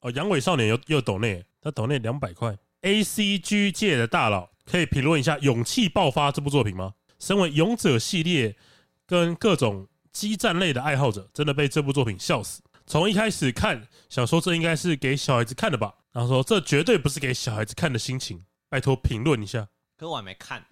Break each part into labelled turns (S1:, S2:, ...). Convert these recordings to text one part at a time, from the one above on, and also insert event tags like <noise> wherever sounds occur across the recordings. S1: 哦，阳痿少年又又抖内，他抖内两百块。A C G 界的大佬可以评论一下《勇气爆发》这部作品吗？身为勇者系列跟各种激战类的爱好者，真的被这部作品笑死。从一开始看，想说这应该是给小孩子看的吧，然后说这绝对不是给小孩子看的心情，拜托评论一下。
S2: 可我还没看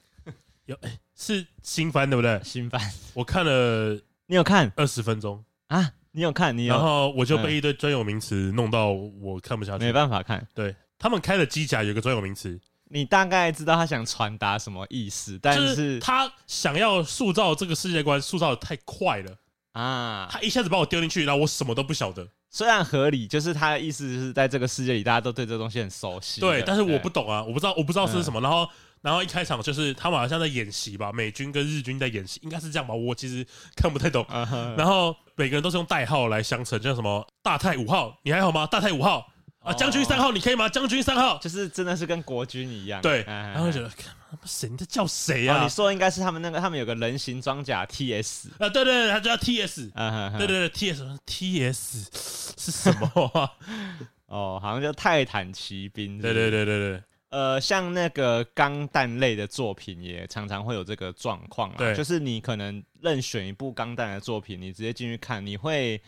S1: 是新番对不对？
S2: 新番， <laughs>
S1: 我看了
S2: 你有看
S1: 二十分钟，
S2: 啊？你有看？你
S1: 然
S2: 有？
S1: 后我就
S2: 嗯
S1: 被一堆专有名词弄到我看不下去
S2: 没。办法看，
S1: 对他们开的机甲有一个专有名词，
S2: 你大概知道他想传达什么意思，但
S1: 就是
S2: 是
S1: 他想要塑造这个世界观，塑造的太快了，
S2: 啊，
S1: 他一下子把我丢进去，然后我什么都不晓得。
S2: 虽然合理，就是他的意思就是在这个世界里，大家都对这东西很熟悉的。嗯
S1: 对，但是我不懂啊，我不知道，我不知道是什么。然后，然后一开场就是他们好像在演习吧，美军跟日军在演习，应该是这样吧？我其实看不太懂。
S2: 啊哈，
S1: 然后每个人都是用代号来相称，像什么大太五号，你还好吗？大太五号啊，
S2: 哦
S1: 将军三号，你可以吗？将军三号，
S2: 就是真的是跟国军一样。
S1: 对。
S2: 哎
S1: 然后就觉得，干嘛谁你在叫谁啊
S2: 哦
S1: 呀
S2: 你？说应该是他们那个，他们有个人形装甲 TS，
S1: 啊，对对对，他叫 TS，
S2: 啊哈哈
S1: 对对对，TS TS 是什么啊？
S2: 哦，好像叫泰坦骑兵。
S1: 对对，对对对，
S2: 呃，像那个钢弹类的作品也常常会有这个状况啊，
S1: 对
S2: 就是你可能任选一部钢弹的作品，你直接进去看，你会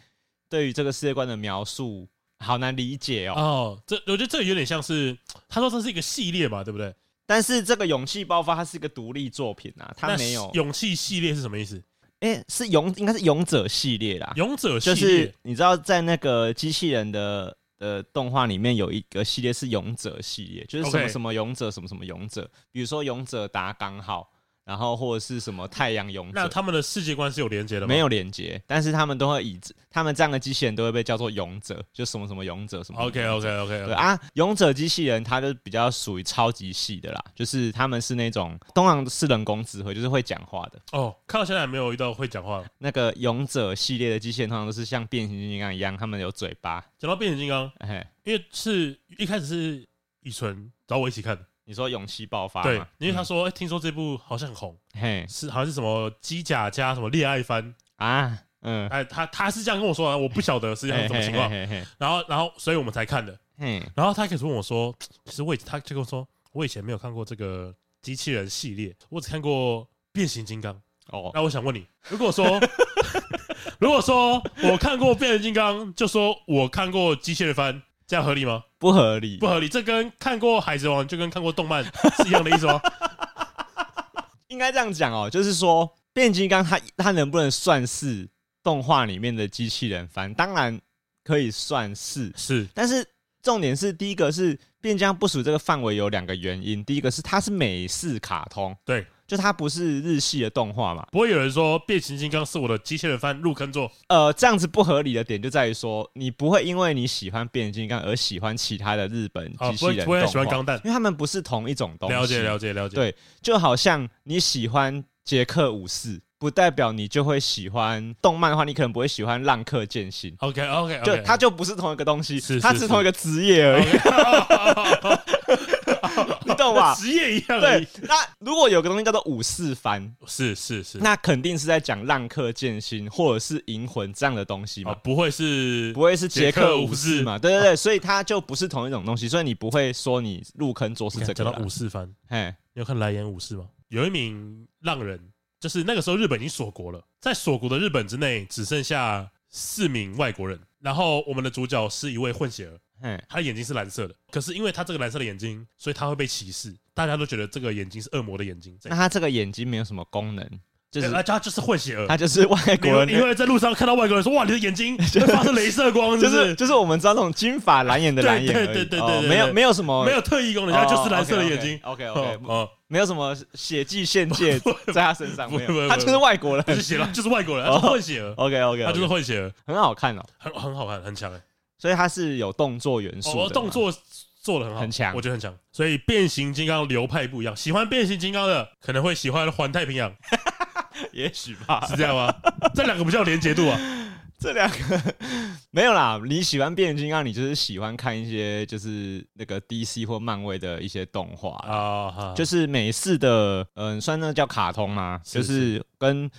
S2: 对于这个世界观的描述好难理解哦。
S1: 哦，这我觉得这个有点像是他说这是一个系列嘛，对不对？
S2: 但是这个勇气爆发，它是一个独立作品啊，它
S1: 那
S2: 没有
S1: 勇气系列是什么意思？
S2: 哎、是勇，应该是勇者系列啦，
S1: 勇者系
S2: 啊就
S1: 列、
S2: 是你知道在那个机器人的呃动画里面有一个系列是勇者系列，就是什么
S1: OK
S2: 什么勇者，什么什么勇者，比如说勇者达纲号，然后或者是什么太阳勇
S1: 那
S2: 者，
S1: 他们的世界观是有连接的吗？
S2: 没有连接，但是他们都会以他们这样的机器人都会被叫做勇者，就什么什么勇者什么什么
S1: OK，OK，OK。
S2: 勇
S1: OK
S2: 者
S1: OK OK，
S2: 对啊，勇者机器人它就比较属于超级系的啦，就是他们是那种通常是人工智慧，就是会讲话的。
S1: 哦，看到现在还没有遇到会讲话的。
S2: 那个勇者系列的机器人通常都是像变形金刚一样，他们有嘴巴。
S1: 讲到变形金刚，
S2: 嘿，
S1: 因为是一开始是以纯找我一起看的，
S2: 你说勇气爆发
S1: 对
S2: 嘛，
S1: 因为他说、哎，听说这部好像很红，
S2: 嗯嘿
S1: 是好像是什么机甲加什么恋爱番，
S2: 啊，嗯，
S1: 哎，他他是这样跟我说的，我不晓得实际上是什么情况，
S2: 嘿嘿嘿
S1: 然后然后所以我们才看的，
S2: 嘿嘿，
S1: 然后他一开始问我说：“其实我以他就跟我说，我以前没有看过这个机器人系列，我只看过变形金刚。
S2: 哦，
S1: 那我想问你，如果说 <laughs> 如果说我看过变形金刚，就说我看过机器人番，这样合理吗？
S2: 不合理，
S1: 不合理，这跟看过海贼王就跟看过动漫 <laughs> 是一样的意思吗？
S2: 应该这样讲哦，就是说变形金刚它它能不能算是动画里面的机器人番？当然可以算是，
S1: 是
S2: 但是重点是第一个是变形金刚不属于这个范围有两个原因，第一个是它是美式卡通，
S1: 对，
S2: 就它不是日系的动画嘛，
S1: 不会有人说变形金刚是我的机器人番入坑作。
S2: 呃，这样子不合理的点就在于说，你不会因为你喜欢变形金刚而喜欢其他的日本
S1: 啊
S2: 机器
S1: 不会
S2: 人
S1: 不会
S2: 动
S1: 喜欢
S2: 画
S1: 钢弹
S2: 因为他们不是同一种东西。
S1: 了解了
S2: 解。
S1: 解了解，
S2: 对就好像你喜欢杰克武士，不代表你就会喜欢动漫的话，你可能不会喜欢浪客剑心。
S1: ，OK OK，
S2: 就
S1: <laughs>
S2: 它就不是同一个东西，
S1: 是是
S2: 它只
S1: 是
S2: 同一个职业而已，你懂
S1: <laughs>
S2: 吧？
S1: 职业一样而
S2: 对
S1: 已，，
S2: 那如果有个东西叫做武士番，
S1: 是是是，
S2: 那肯定是在讲浪客剑心或者是银魂这样的东西嘛
S1: 啊，。不会是
S2: 不会是捷克武
S1: 捷克武士哦
S2: 士嘛？对对对，所以它就不是同一种东西，所以你不会说你入坑做是
S1: 你看
S2: 这个
S1: 讲到
S2: 啦
S1: 武。士番，
S2: 嘿，
S1: 你有看《来演武士》吗？有一名浪人，就是那个时候日本已经锁国了，在锁国的日本之内只剩下四名外国人。然后我们的主角是一位混血儿，
S2: 嘿，
S1: 他的眼睛是蓝色的，可是因为他这个蓝色的眼睛，所以他会被歧视，大家都觉得这个眼睛是恶魔的眼睛。这
S2: 那
S1: 样，
S2: 他这个眼睛没有什么功能，就是
S1: 哎他就是混血儿。
S2: <laughs> 他就是外
S1: 你
S2: 国
S1: 会你
S2: 人，
S1: 会在路上看到外国人说：“哇，你的眼
S2: <laughs>
S1: 睛会发出镭射光，
S2: 就
S1: 不
S2: 是
S1: 是
S2: 就是我们知道那种金发蓝眼的蓝眼而
S1: 对
S2: 已，
S1: 对对对
S2: 哦
S1: 对对
S2: 没有没有什么
S1: 没有特异
S2: 哦
S1: 功能，他就是蓝色的眼睛。
S2: OK
S1: 哦
S2: OK，
S1: 哦，
S2: 没有什么血迹限界在他身上，
S1: 不
S2: 没
S1: 不不
S2: 有，他就是外国
S1: <laughs>
S2: 人
S1: 不。是血了，就是外国人，他
S2: 哦
S1: 是混血儿，
S2: OK
S1: 他就是
S2: OK，
S1: 混血儿，
S2: 很好看哦，
S1: 很很好看，很强哎。
S2: 所以他是有动作元素的
S1: 哦
S2: 嘛，，
S1: 动作做的很好，
S2: 很强
S1: 我觉得很强。所以变形金刚流派不一样，喜欢变形金刚的可能会喜欢环太
S2: <laughs>
S1: 平洋，
S2: 也许吧，
S1: <laughs> 是这样吗？这两个比较有连结
S2: <laughs>
S1: 度啊。
S2: 这两个没有啦，你喜欢变形金刚，你就是喜欢看一些就是那个 DC 或漫威的一些动画啦，
S1: 啊，哈
S2: 就是美式的，嗯、算那叫卡通吗？
S1: 是
S2: 就是跟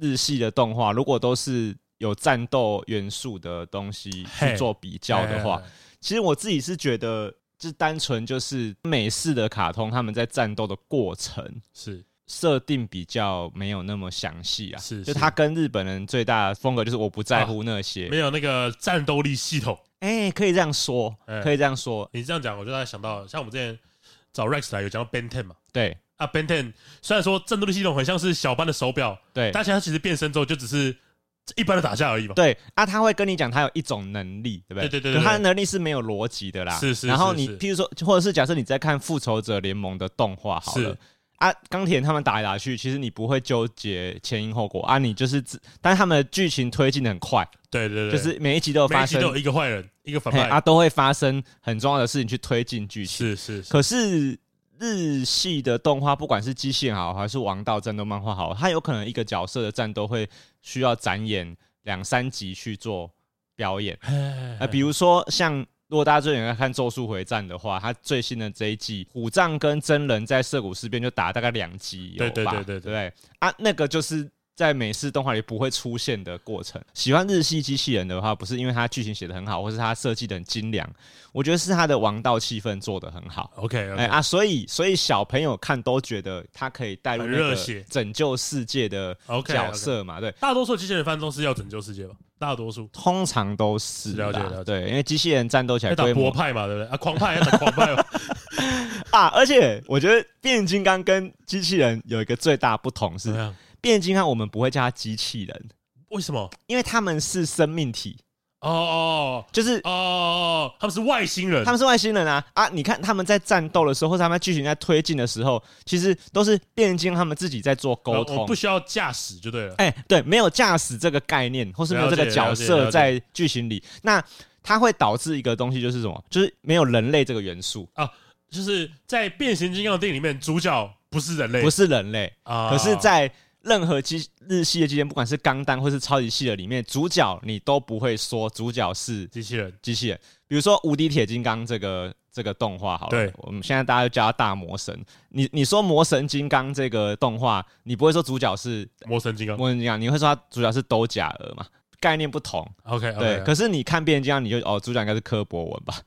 S2: 日系的动画，如果都是有战斗元素的东西
S1: 嘿
S2: 去做比较的话，，其实我自己是觉得，就单纯就是美式的卡通，他们在战斗的过程
S1: 是
S2: 设定比较没有那么详细啊。
S1: 是啊
S2: 就是他跟日本人最大的风格就是我不在乎那些
S1: 没。有那个战斗力系统。
S2: 哎、可以这样说，
S1: 哎
S2: 可以这样说，
S1: 你这样讲，我就大概想到，像我们之前找 Rex 来有讲到 Ben Ten 嘛，
S2: 对
S1: 啊 Ben Ten 虽然说战斗力系统很像是小班的手表，
S2: 对
S1: 但其实它其实变身之后就只是一般的打架而已嘛。
S2: 对啊，他会跟你讲他有一种能力，对不
S1: 对
S2: 对？
S1: 对对对
S2: 可他的
S1: 对
S2: 能力是没有逻辑的啦。
S1: 是是
S2: 然后
S1: 是
S2: 你
S1: 是
S2: 譬如说，或者是假设你在看《复仇者联盟》的动画好了
S1: 是。
S2: 啊，钢铁人他们打来打去，其实你不会纠结前因后果啊，你就是只，但是他们的剧情推进的很快，
S1: 对对对，
S2: 就是每一集都有
S1: 每
S2: 发
S1: 一集
S2: 生
S1: 都有一个坏人，一个反
S2: 嘿
S1: 派，
S2: 啊，都会发生很重要的事情去推进剧情。
S1: 是是是
S2: 可是日系的动画，不管是机器人好，还是王道战斗漫画好，它有可能一个角色的战斗会需要展演两三集去做表演。呃，比如说像。如果大家最近有在看《咒术回战》的话，它最新的这一季，虎杖跟真人在涩谷事变就打大概两集有吧，
S1: 对对对对
S2: 对不对啊，那个就是在美式动画里不会出现的过程。喜欢日系机器人的话，不是因为它剧情写的很好，或是它设计的很精良，我觉得是它的王道气氛做的很好。
S1: OK
S2: 哎
S1: OK，
S2: 啊，所以所以小朋友看都觉得他可以带入
S1: 很
S2: 那
S1: 热
S2: 个
S1: 血
S2: 拯救世界的
S1: OK，
S2: 角色嘛，对，
S1: 大多数机器人翻中是要拯救世界吧？大多数
S2: 通常都是
S1: 了解
S2: 啦
S1: 了解
S2: 对，因为机器人战斗起来
S1: 要打
S2: 哎规
S1: 博
S2: 模
S1: 派嘛，对不对？啊，狂派要打狂派哦
S2: <laughs>
S1: 嘛，
S2: 啊，而且我觉得变形金刚跟机器人有一个最大不同
S1: 怎
S2: 是
S1: 么，样？
S2: 变形金刚我们不会叫它机器人，
S1: 为什么？
S2: 因为他们是生命体，
S1: 哦哦
S2: 就是。
S1: 哦哦，他们是外星人
S2: 他，们是外星人啊啊！你看他们在战斗的时候，或者他们剧情在推进的时候，其实都是变形金刚他们自己在做沟
S1: 我
S2: 通
S1: 哦我，不需要驾驶就对了。
S2: 哎、对，没有驾驶这个概念，或是没有这个角色在剧情里，那它会导致一个东西，就是什么？就是没有人类这个元素，
S1: 就是在变形金刚的电影里面，主角不是人类，
S2: 不是人类。
S1: 啊，
S2: 可是，在任何机日系的机间，不管是钢弹或是超级系的里面，主角你都不会说主角是
S1: 机器人
S2: 机器人。比如说《无敌铁金刚》这个这个动画，好了，
S1: 对
S2: 我们现在大家就叫它大魔神。你你说魔神金刚这个动画，你不会说主角是
S1: 魔神金刚。
S2: 魔神金刚，你会说它主角是兜甲尔嘛？概念不同，
S1: OK，
S2: 对，可是你看变形金刚，你就哦，主角应该是柯博文
S1: <laughs>
S2: 吧，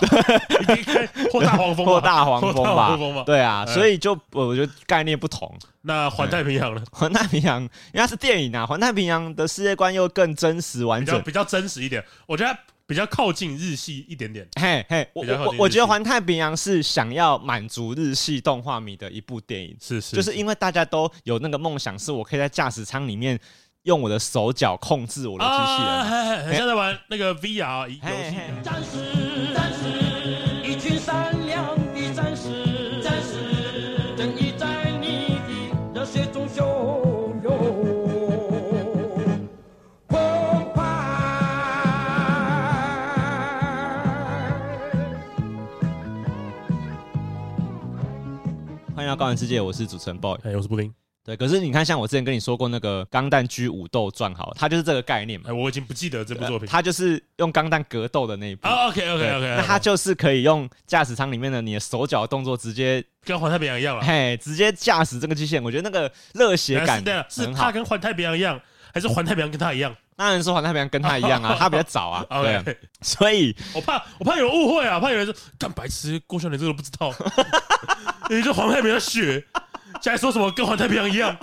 S1: 你可以看或大黄蜂吧，
S2: 或
S1: <laughs>
S2: 大黄
S1: 或
S2: 蜂
S1: 大
S2: 吧
S1: 黄，蜂吧。
S2: 对啊，
S1: 哎
S2: 所以就我觉得概念不同。 <laughs>
S1: 那环太平洋呢？
S2: 环太平洋，因为它是电影啊，环太平洋的世界观又更真实完
S1: 比较
S2: 整。
S1: 比较真实一点，我觉得它比较靠近日系一点点。
S2: 嘿嘿，我
S1: 比较靠
S2: 我
S1: 近日
S2: 我
S1: 系
S2: 我觉得环太平洋是想要满足日系动画迷的一部电影，
S1: 是是
S2: 就是因为大家都有那个梦想，是我可以在驾驶舱里面用我的手脚控制我的机器人
S1: 啊，
S2: 嘛。
S1: 嘿嘿很像在玩那个 VR 游
S2: 嘿
S1: 戏
S2: 嘿。
S3: 战士，战士，一群善良的战士，战士，正义在你的热血中汹涌澎湃。
S2: 欢迎到高玩世界，我是主持人 boy。
S1: 哎，我是布丁。
S2: 对，可是你看，像我之前跟你说过那个《钢弹 G 武斗传》，好了，它就是这个概念嘛。
S1: 哎，我已经不记得这部作品。
S2: 它就是用钢弹格斗的那一部。
S1: 啊，OK OK
S2: 对
S1: OK，
S2: 那它就是可以用驾驶舱里面的你的手脚动作直接，
S1: 跟环太平洋一样了。
S2: 嘿，直接驾驶这个机器人，我觉得那个热血
S1: 哎
S2: 感
S1: 啊是的，是
S2: 很
S1: 它
S2: 好。
S1: 跟环太平洋一样，还是环太平洋跟它一样
S2: 当然是环太平洋跟他一
S1: <laughs>
S2: 样啊，他比较早啊， <laughs> 对啊，
S1: ？OK，
S2: 所以
S1: 我怕我怕有人误会啊，怕有人说干白痴，郭兄你这个都不知
S2: <laughs>
S1: 道，你这环太平洋血，现在说什么跟环太平洋一样？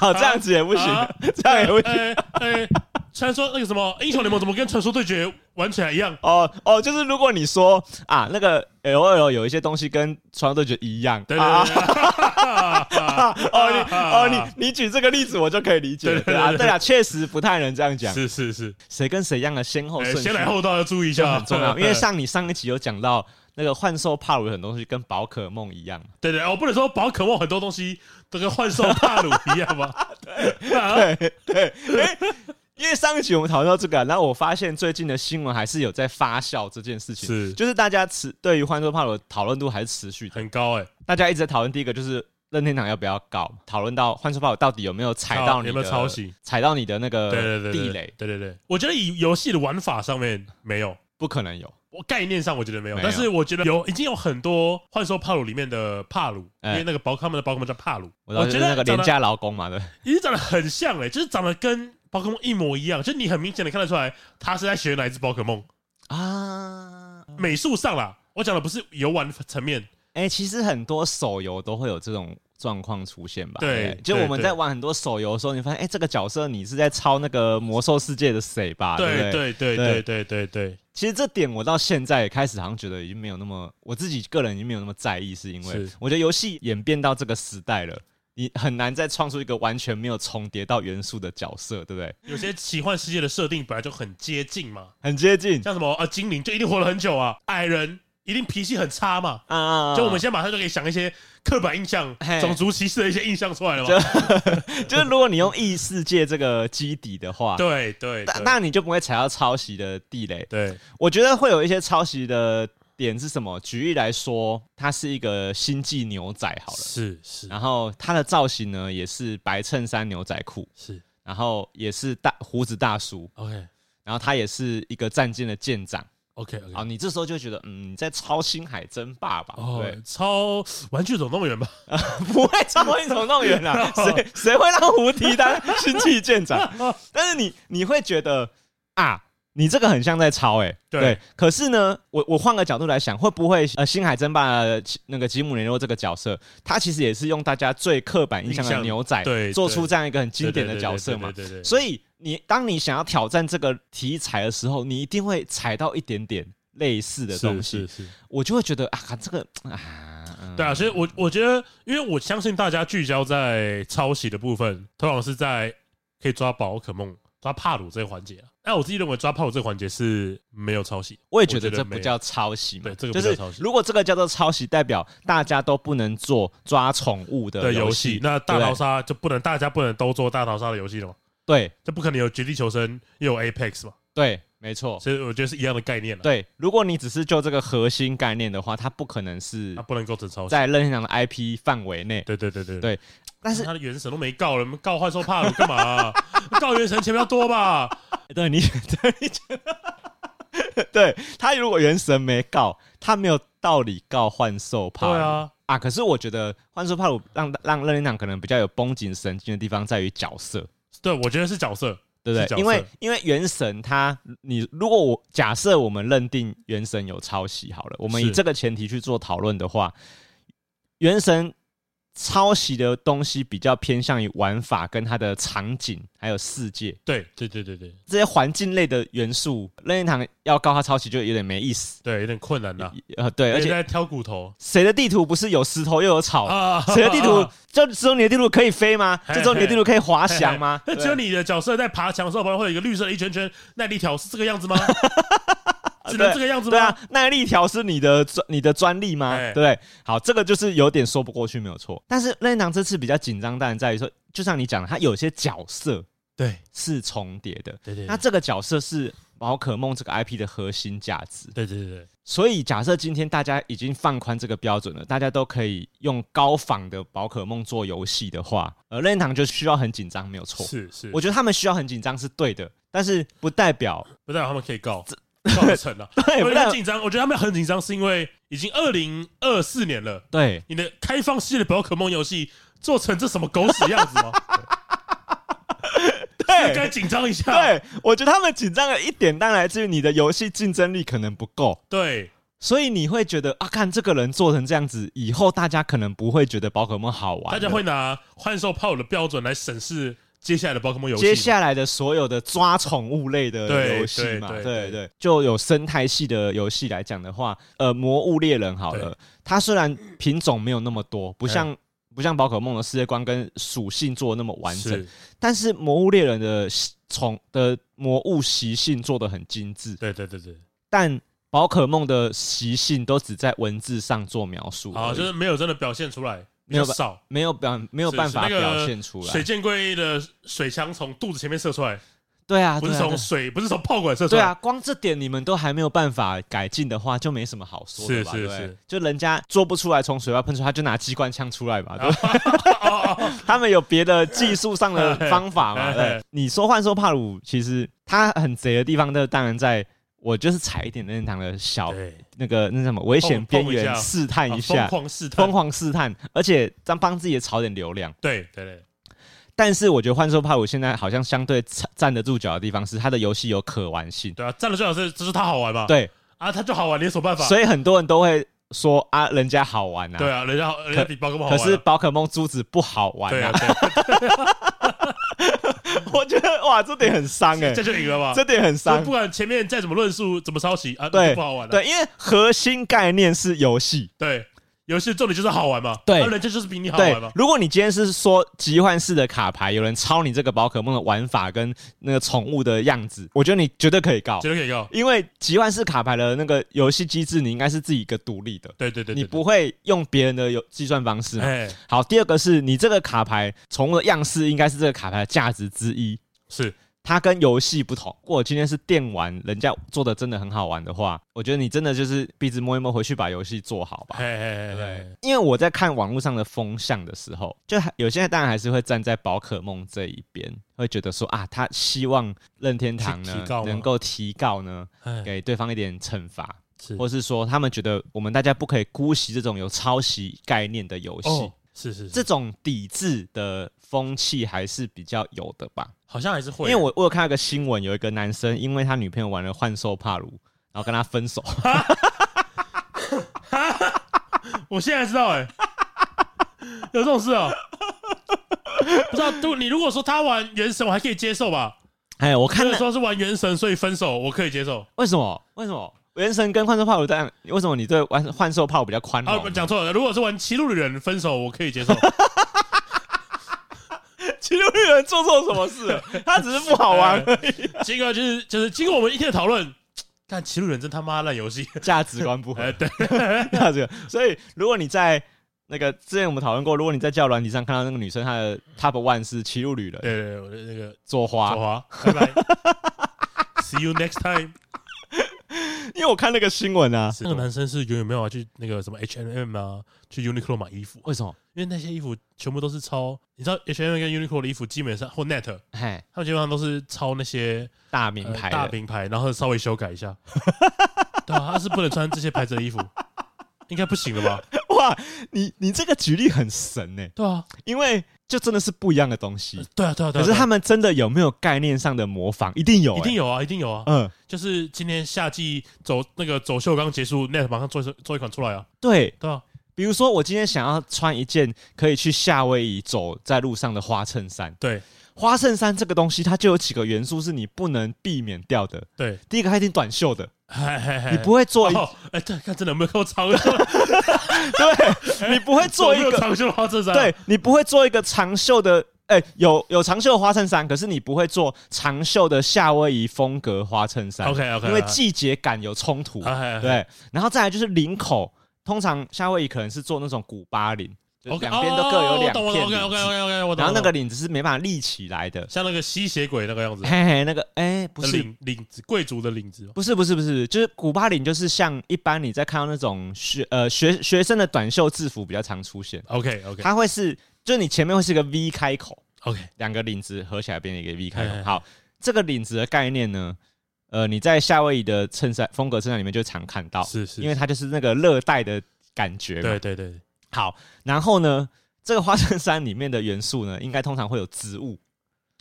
S2: 哦，这样子也不行
S1: 啊，
S2: 这样也不行。
S1: 哎哎，虽然说那个什么英雄联盟怎么跟传说对决玩起来一样，
S2: 哦哦，就是如果你说啊，那个 L O L 有一些东西跟《传说对决》一样，
S1: 对对 <laughs>
S2: 啊
S1: 对
S2: 啊
S1: 对，
S2: <laughs> 哦，你
S1: 啊 <laughs>
S2: 哦，你你举这个例子，我就可以理解了。
S1: 对对
S2: 对啊，
S1: 对
S2: 对啊，确实不太能这样讲。
S1: 是是是，
S2: 谁跟谁一样的先后
S1: 哎
S2: 顺序，
S1: 先来后到要注意一
S2: 就
S1: 下，啊
S2: 很重 <laughs> 要。因为像你上一集有讲到那个幻兽帕鲁很多东西跟宝可梦一样，
S1: 对对，我不能说宝可梦很多东西都跟幻兽帕鲁一样啊吧？对，
S2: <laughs> 对对，哎因为上一集我们讨论到这个啊，然后我发现最近的新闻还是有在发酵这件事情，
S1: 是
S2: <laughs> 就是大家持对于幻兽帕鲁的讨论度还是持续的，
S1: 很高哎，
S2: 大家一直在讨论第一个就是。任天堂要不要告？讨论到幻兽帕鲁到底有没有踩到你的
S1: 有没有抄袭？
S2: 踩到你的那个
S1: 对对对，
S2: 呃地
S1: 对
S2: 雷？，
S1: 对对对，我觉得以游戏的玩法上面没有。
S2: 不可能有。
S1: 我概念上我觉得没有，
S2: 没有
S1: 但是我觉得有已经有很多幻兽帕鲁里面的帕鲁，因
S2: 哎
S1: 为那个宝可梦的宝可梦叫帕鲁，
S2: 我知道就
S1: 觉
S2: 是
S1: 得
S2: 那个
S1: 长
S2: 廉
S1: 得
S2: 价劳工嘛，对不对，
S1: 已经长得很像嘞、就是长得跟宝可梦一模一样，就是你很明显的看得出来他是在学哪一只宝可梦。
S2: <laughs> 啊，
S1: 美术上啦，我讲的不是游玩层面，
S2: 哎、其实很多手游都会有这种状况出现吧？
S1: 对
S2: 不就
S1: 对
S2: 我们
S1: 对
S2: 在玩很多手游的时候，你发现，哎、这个角色你是在抄那个魔兽世界的谁吧？啊对不
S1: 对对对对
S2: 对
S1: 对对对，
S2: 其实这点我到现在也开始好像觉得已经没有那么，我自己个人已经没有那么在意，是因为
S1: 是
S2: 我觉得游戏演变到这个时代了，你很难再创出一个完全没有重叠到元素的角色，对不对？
S1: 有些奇幻世界的设定本来就很接近嘛，
S2: 很接近
S1: 像什么啊精灵就一定活了很久啊，矮人一定脾气很差嘛。
S2: 啊啊，啊
S1: 就我们现在马上就可以想一些刻板印象、
S2: 嘿
S1: 种族歧视的一些印象出来了
S2: 就
S1: 嘛？
S2: <laughs> 就是如果你用异世界这个基底的话，
S1: <laughs> 对对，
S2: 那
S1: 对
S2: 那你就不会踩到抄袭的地雷。
S1: 对
S2: 我觉得会有一些抄袭的点是什么？举例来说，它是一个星际牛仔好了，
S1: 是是
S2: 然后它的造型呢也是白衬衫、牛仔裤，
S1: 是
S2: 然后也是大胡子大叔，
S1: ，OK
S2: 然后他也是一个战舰的舰长。
S1: OK
S2: 好，
S1: OK，
S2: 你这时候就觉得，嗯，你在抄《星海争霸》吧？
S1: 哦
S2: 对，，
S1: 超玩具总动员吧，
S2: 不会超过一总动员啦，
S1: <laughs>
S2: 谁谁会让胡迪当星际舰长？ <laughs> 但是你你会觉得啊，你这个很像在抄哎、欸
S1: 对
S2: 可是呢，我我换个角度来想，会不会呃，星海争霸的那个吉姆雷诺这个角色，他其实也是用大家最刻板印象
S1: 印
S2: 的
S1: 象
S2: 牛仔，
S1: 对
S2: 做
S1: 对
S2: 出这样一个很经典的角色嘛？
S1: 对对对对对对对
S2: 所以你当你想要挑战这个题材的时候，你一定会踩到一点点类似的东西
S1: 是，是是，
S2: 我就会觉得啊，这个啊，嗯
S1: 对啊，所以我我觉得，因为我相信大家聚焦在抄袭的部分，通常是在可以抓宝可梦、抓帕鲁这个环节啊。那我自己认为抓帕鲁这个环节是没有抄袭，
S2: 我也觉得
S1: 我觉得
S2: 这不叫抄袭嘛，
S1: 没有对这个不
S2: 就是
S1: 叫抄袭
S2: 如果这个叫做抄袭，代表大家都不能做抓宠物的
S1: 的游
S2: 戏
S1: 戏。，那大逃
S2: 对不
S1: 杀就不能，大家不能都做大逃杀的游戏了嘛？
S2: 对
S1: 这不可能有绝地求生又有 Apex 嘛？
S2: 对，没错，
S1: 所以我觉得是一样的概念啊了。
S2: 哦对。如果你只是就这个核心概念的话，它不可能是
S1: 它不能构成抄袭。
S2: 在任天堂的 IP 范围内。
S1: 对对对对
S2: 对但是，
S1: 他的原神都没告了，告幻兽帕鲁干嘛 <laughs> 啊、告原神钱比较多吧？
S2: 对你， <laughs> 对你觉得，对他如果原神没告，他没有道理告幻兽帕
S1: 对
S2: 鲁。
S1: 啊，
S2: 啊，可是我觉得幻兽帕鲁让让任天堂可能比较有绷紧神经的地方在于角色。
S1: 对，我觉得是角色，
S2: 对不
S1: 是角
S2: 对？
S1: 色
S2: 因为因为原神它，你如果我假设我们认定原神有抄袭好了，我们以
S1: 是
S2: 这个前提去做讨论的话，原神抄袭的东西比较偏向于玩法跟它的场景还有世界
S1: 对对对对对
S2: 这些环境类的元素，任天堂要告它抄袭就有点没意思。
S1: 对，有点困难呐、
S2: 呃，对，而
S1: 有点
S2: 且
S1: 在挑骨头
S2: 谁的地图不是有石头又有草？
S1: 啊，
S2: 谁的地
S1: <laughs>
S2: 图就只有你的地图可以飞吗？
S1: 嘿
S2: 就只有你的地图可以滑翔吗？
S1: 嘿嘿啊那只有你的角色在爬墙的时候，旁边会有一个绿色的一圈圈耐力条，是这个样子吗？只能这个样子吗？
S2: <laughs> 对啊，耐力条是你的专你的专利吗？
S1: 哎
S2: 对不对？好，这个就是有点说不过去，没有错。但是任天堂这次比较紧张，当然在于说，就像你讲的，它有些角色
S1: 对
S2: 是重叠的，
S1: 对对
S2: 那这个角色是宝可梦这个 IP 的核心价值。
S1: 对对对
S2: 所以，假设今天大家已经放宽这个标准了，大家都可以用高仿的宝可梦做游戏的话，呃，任天堂就需要很紧张，没有错
S1: 对，。是是，
S2: 哦我觉得他们需要很紧张是对的，但是不代表
S1: 不代表他们可以告告得成了、啊。
S2: <laughs> 对，
S1: 我
S2: 不
S1: 觉
S2: 代
S1: 得
S2: 表
S1: 紧张，我觉得他们很紧张，是因为已经二零二四年了，
S2: 对。
S1: 你的开放世界的宝可梦游戏做成这什么狗屎样子
S2: <laughs>
S1: 吗？对，该紧张一下。
S2: 对，我觉得他们紧张的一点，当然来自于你的游戏竞争力可能不够，
S1: 对
S2: 所以你会觉得啊，看这个人做成这样子，以后大家可能不会觉得宝可梦好玩
S1: 大
S2: 了，
S1: 家会拿幻兽炮的标准来审视接下来的宝可梦游戏。
S2: 接下来的所有的抓宠物类的
S1: 对
S2: 游戏嘛，
S1: 对
S2: 对
S1: 对
S2: 对就有生态系的游戏来讲的话，呃，魔物猎人好了，它虽然品种没有那么多，不像。不像宝可梦的世界观跟属性做的那么完整，
S1: 是
S2: 但是魔物猎人的宠的魔物习性做的很精致，
S1: 对对对对，
S2: 但宝可梦的习性都只在文字上做描述而已，
S1: 啊，就是没有真的表现出来，比
S2: 没
S1: 较
S2: 有吧啊
S1: 少。
S2: 没有表没有
S1: 是
S2: 办法
S1: 是那个
S2: 表现出
S1: 水
S2: 来。
S1: 箭龟的水枪从肚子前面射出来，
S2: 对啊，
S1: 不是
S2: 对啊
S1: 从水，不是从炮管射出
S2: 对
S1: 来。
S2: 啊，光这点你们都还没有办法改进的话，就没什么好说的吧？
S1: 是是
S2: 对不对
S1: 是
S2: 就人家做不出来从水外喷出，他就拿机关枪出来嘛，对吧？
S1: <laughs> 哦，哦哦
S2: <laughs> 他们有别的技术上的方法嘛？
S1: <laughs> 嘿嘿
S2: 对，你说幻兽帕鲁，其实他很贼的地方，就当然在我就是踩一点任天堂的小
S1: 对，
S2: 那个那什么危险
S1: 碰
S2: 边
S1: 碰一下
S2: 缘，试探哎一
S1: 啊疯，
S2: 下
S1: 狂试探
S2: <laughs> 疯，狂试探，而且帮帮自己也炒点流量。
S1: 对对对，
S2: 但是我觉得幻兽帕鲁现在好像相对站站得住脚的地方是它的游戏有可玩性，
S1: 对啊，站了最好是，这是它好玩嘛？
S2: 对
S1: 啊，他就好玩，你有什么办法？
S2: 所以很多人都会说啊，人家好玩啊，
S1: 对啊，人家好人家比宝可梦好
S2: 可
S1: 玩啊。
S2: 是宝可梦珠子不好玩
S1: 对啊
S2: 啊，， <laughs> 我觉得哇，这点很伤
S1: 对
S2: 哎 <laughs>
S1: 啊，这就赢了吧？
S2: 这点很
S1: 所以
S2: 伤
S1: 不。管前面再怎么论述、怎么抄袭啊，
S2: 对
S1: 都不好玩了。
S2: 对，因为核心概念是游戏。
S1: 对，游戏的重点就是好玩嘛。
S2: 对
S1: 啊人家就是比你好
S2: 对
S1: 玩嘛，。
S2: 如果你今天是说集换式的卡牌，有人抄你这个宝可梦的玩法跟那个宠物的样子，我觉得你绝对可以告
S1: 绝，对可以告。
S2: 因为集换式卡牌的那个游戏机制，你应该是自己一个独立的，
S1: 对对对，对
S2: 你不会用别人的游计算方式
S1: 对
S2: 嘛。
S1: 哎
S2: 好，第二个是你这个卡牌宠物的样式应该是这个卡牌的价值之一，
S1: 是
S2: 它跟游戏不同。如果今天是电玩，人家做的真的很好玩的话，我觉得你真的就是鼻子摸一摸，回去把游戏做好吧。
S1: 嘿嘿嘿嘿
S2: 对，因为我在看网络上的风向的时候，就还有些人当然还是会站在宝可梦这一边，会觉得说啊，他希望任天堂
S1: 去
S2: 呢
S1: 提告吗
S2: 能够提告呢，
S1: 哎，
S2: 给对方一点惩罚，
S1: 是
S2: 或是说他们觉得我们大家不可以姑息这种有抄袭概念的游戏。
S1: 哦，是是
S2: 这
S1: 是，
S2: 种抵制的风气还是比较有的吧，
S1: 好像还是
S2: 因
S1: 会，
S2: 为我我有看到一个新闻，有一个男生因为他女朋友玩了幻兽帕鲁，然后跟他分手， <laughs>
S1: 我现在才知道 <laughs> 哎，有这种事哦。 <laughs> 不知道，如你如果说他玩原神，我还可以接受吧？
S2: 哎，我看
S1: 那
S2: 了
S1: 个时候是玩原神，所以分手，我可以接受。
S2: 为什么？为什么？原神跟幻兽炮有但为什么你对幻幻兽炮比较宽
S1: 啊，
S2: 容？
S1: 讲错了，如果是玩歧路的人分手，我可以接 <laughs> 受。
S2: 其实有人做错什么事了，他只是不好玩而已，
S1: 结果就是就是经过我们一天的讨论，看歧路人真他妈烂游戏。
S2: <laughs> 价值观不
S1: <laughs>
S2: 合
S1: 哎，。对，
S2: <laughs> 价值观。所以如果你在那个之前我们讨论过，如果你在教软体上看到那个女生她的 top one 是骑路旅人
S1: 哎对对对，我的那个左
S2: 做花，
S1: 滑，拜拜 <laughs> ，See you next time。
S2: 因为我看那个新闻啊，
S1: 那个男生是永远没有办法去那个什么 H M 啊，去 Uniqlo 买衣服，
S2: 为什么？
S1: 因为那些衣服全部都是抄，你知道 H M 跟 Uniqlo 的衣服基本上或 Net，
S2: 嘿，
S1: 他们基本上都是抄那些
S2: 大
S1: 呃
S2: 名牌的、
S1: 大品牌，然后稍微修改一
S2: <laughs>
S1: 下。对啊，他是不能穿这些牌子的衣服，应该不行了吧？
S2: 哇，你你这个举例很神呢、
S1: 对啊，
S2: 因为就真的是不一样的东西。
S1: 对啊，对啊，对
S2: 可
S1: 啊。
S2: 是
S1: 对啊
S2: 他们真的有没有概念上的模仿？一定有、欸
S1: 一定。有啊，一定有啊。
S2: 嗯，
S1: 就是今天夏季走那个走秀刚结束，Net 马上做一做一款出来啊，
S2: 对，
S1: 对啊，
S2: 比如说我今天想要穿一件可以去夏威夷走在路上的花衬衫，
S1: 对
S2: 花衬衫这个东西它就有几个元素是你不能避免掉的。
S1: 对，
S2: 第一个，它一定短袖的，
S1: 嘿嘿嘿
S2: 你不会做一，
S1: 哦，哎、对，看真的有没有够长袖，
S2: <laughs> 对，你不会 <laughs> 做一
S1: 有没有
S2: 个，
S1: 长袖的花衬衫，啊
S2: 对你不会做一个长袖的。哎、有有长袖的花衬衫，可是你不会做长袖的夏威夷风格花衬衫。
S1: OK，OK，
S2: 因为
S1: 啊
S2: 季节感有冲突。
S1: 啊，哎，哎
S2: 对，然后再来就是领口，通常夏威夷可能是做那种古巴领，就
S1: ，OK，
S2: 两边都各有两
S1: 哦
S2: 片
S1: 我懂
S2: 领
S1: ，OK，OK，OK，OK，
S2: 子，
S1: 我懂，我懂
S2: 然后那个领子是没办法立起来的。
S1: 像那个吸血鬼那个样子，
S2: 嘿嘿，那个哎，不
S1: 的
S2: 是
S1: 领领子，贵族的领子哦嘛，
S2: 不是不是不是，就是古巴领，就是像一般你在看到那种学呃学学生的短袖制服比较常出现，
S1: ，OK，OK，OK，
S2: 它会是就是你前面会是一个 V 开口，两个领子合起来变成一个 V 开
S1: 嘿嘿
S2: 口。好，这个领子的概念呢，呃，你在夏威夷的衬衫风格衬衫里面就常看到，
S1: 是是，
S2: 因为它就是那个热带的感觉嘛。
S1: 对对对，
S2: 好，然后呢，这个花衬衫里面的元素呢，应该通常会有植物，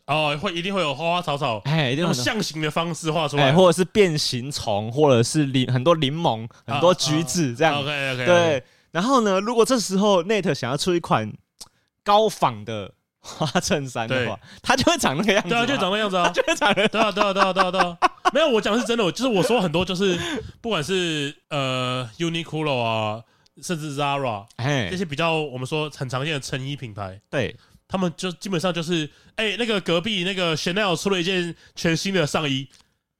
S1: 哦，会一定会有花花草草，
S2: 哎，一定
S1: 用
S2: 会有。
S1: 象形的方式画出
S2: 哎，
S1: 来，
S2: 或者是变形虫，或者是柠很多柠檬，很
S1: 啊
S2: 多橘子这样。
S1: ，OK，OK，
S2: 对，然后呢，如果这时候 Net 想要出一款高仿的花衬衫的话，它就会长那个样子
S1: 对
S2: 嘛，
S1: 啊，就长那样子
S2: 它
S1: 啊，
S2: <laughs> 就会长得
S1: 对啊，对啊，对啊，对啊，对
S2: <laughs>
S1: 啊。没有，我讲的是真的，我就是我说很多就是，不管是呃 Uniqlo 啊，甚至 Zara
S2: 哎
S1: 这，些比较我们说很常见的成衣品牌，
S2: 对，
S1: 他们就基本上就是，哎、那个隔壁那个 Chanel 出了一件全新的上衣，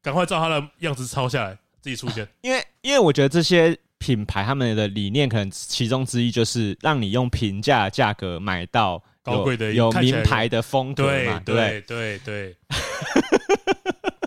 S1: 赶快照它的样子抄下来，自己出现。
S2: 因为因为我觉得这些品牌他们的理念可能其中之一就是让你用平价价格买到有
S1: 高贵的
S2: 有
S1: 看起来
S2: 名牌的风格
S1: 对
S2: 嘛，对不对？
S1: 对对对， <laughs>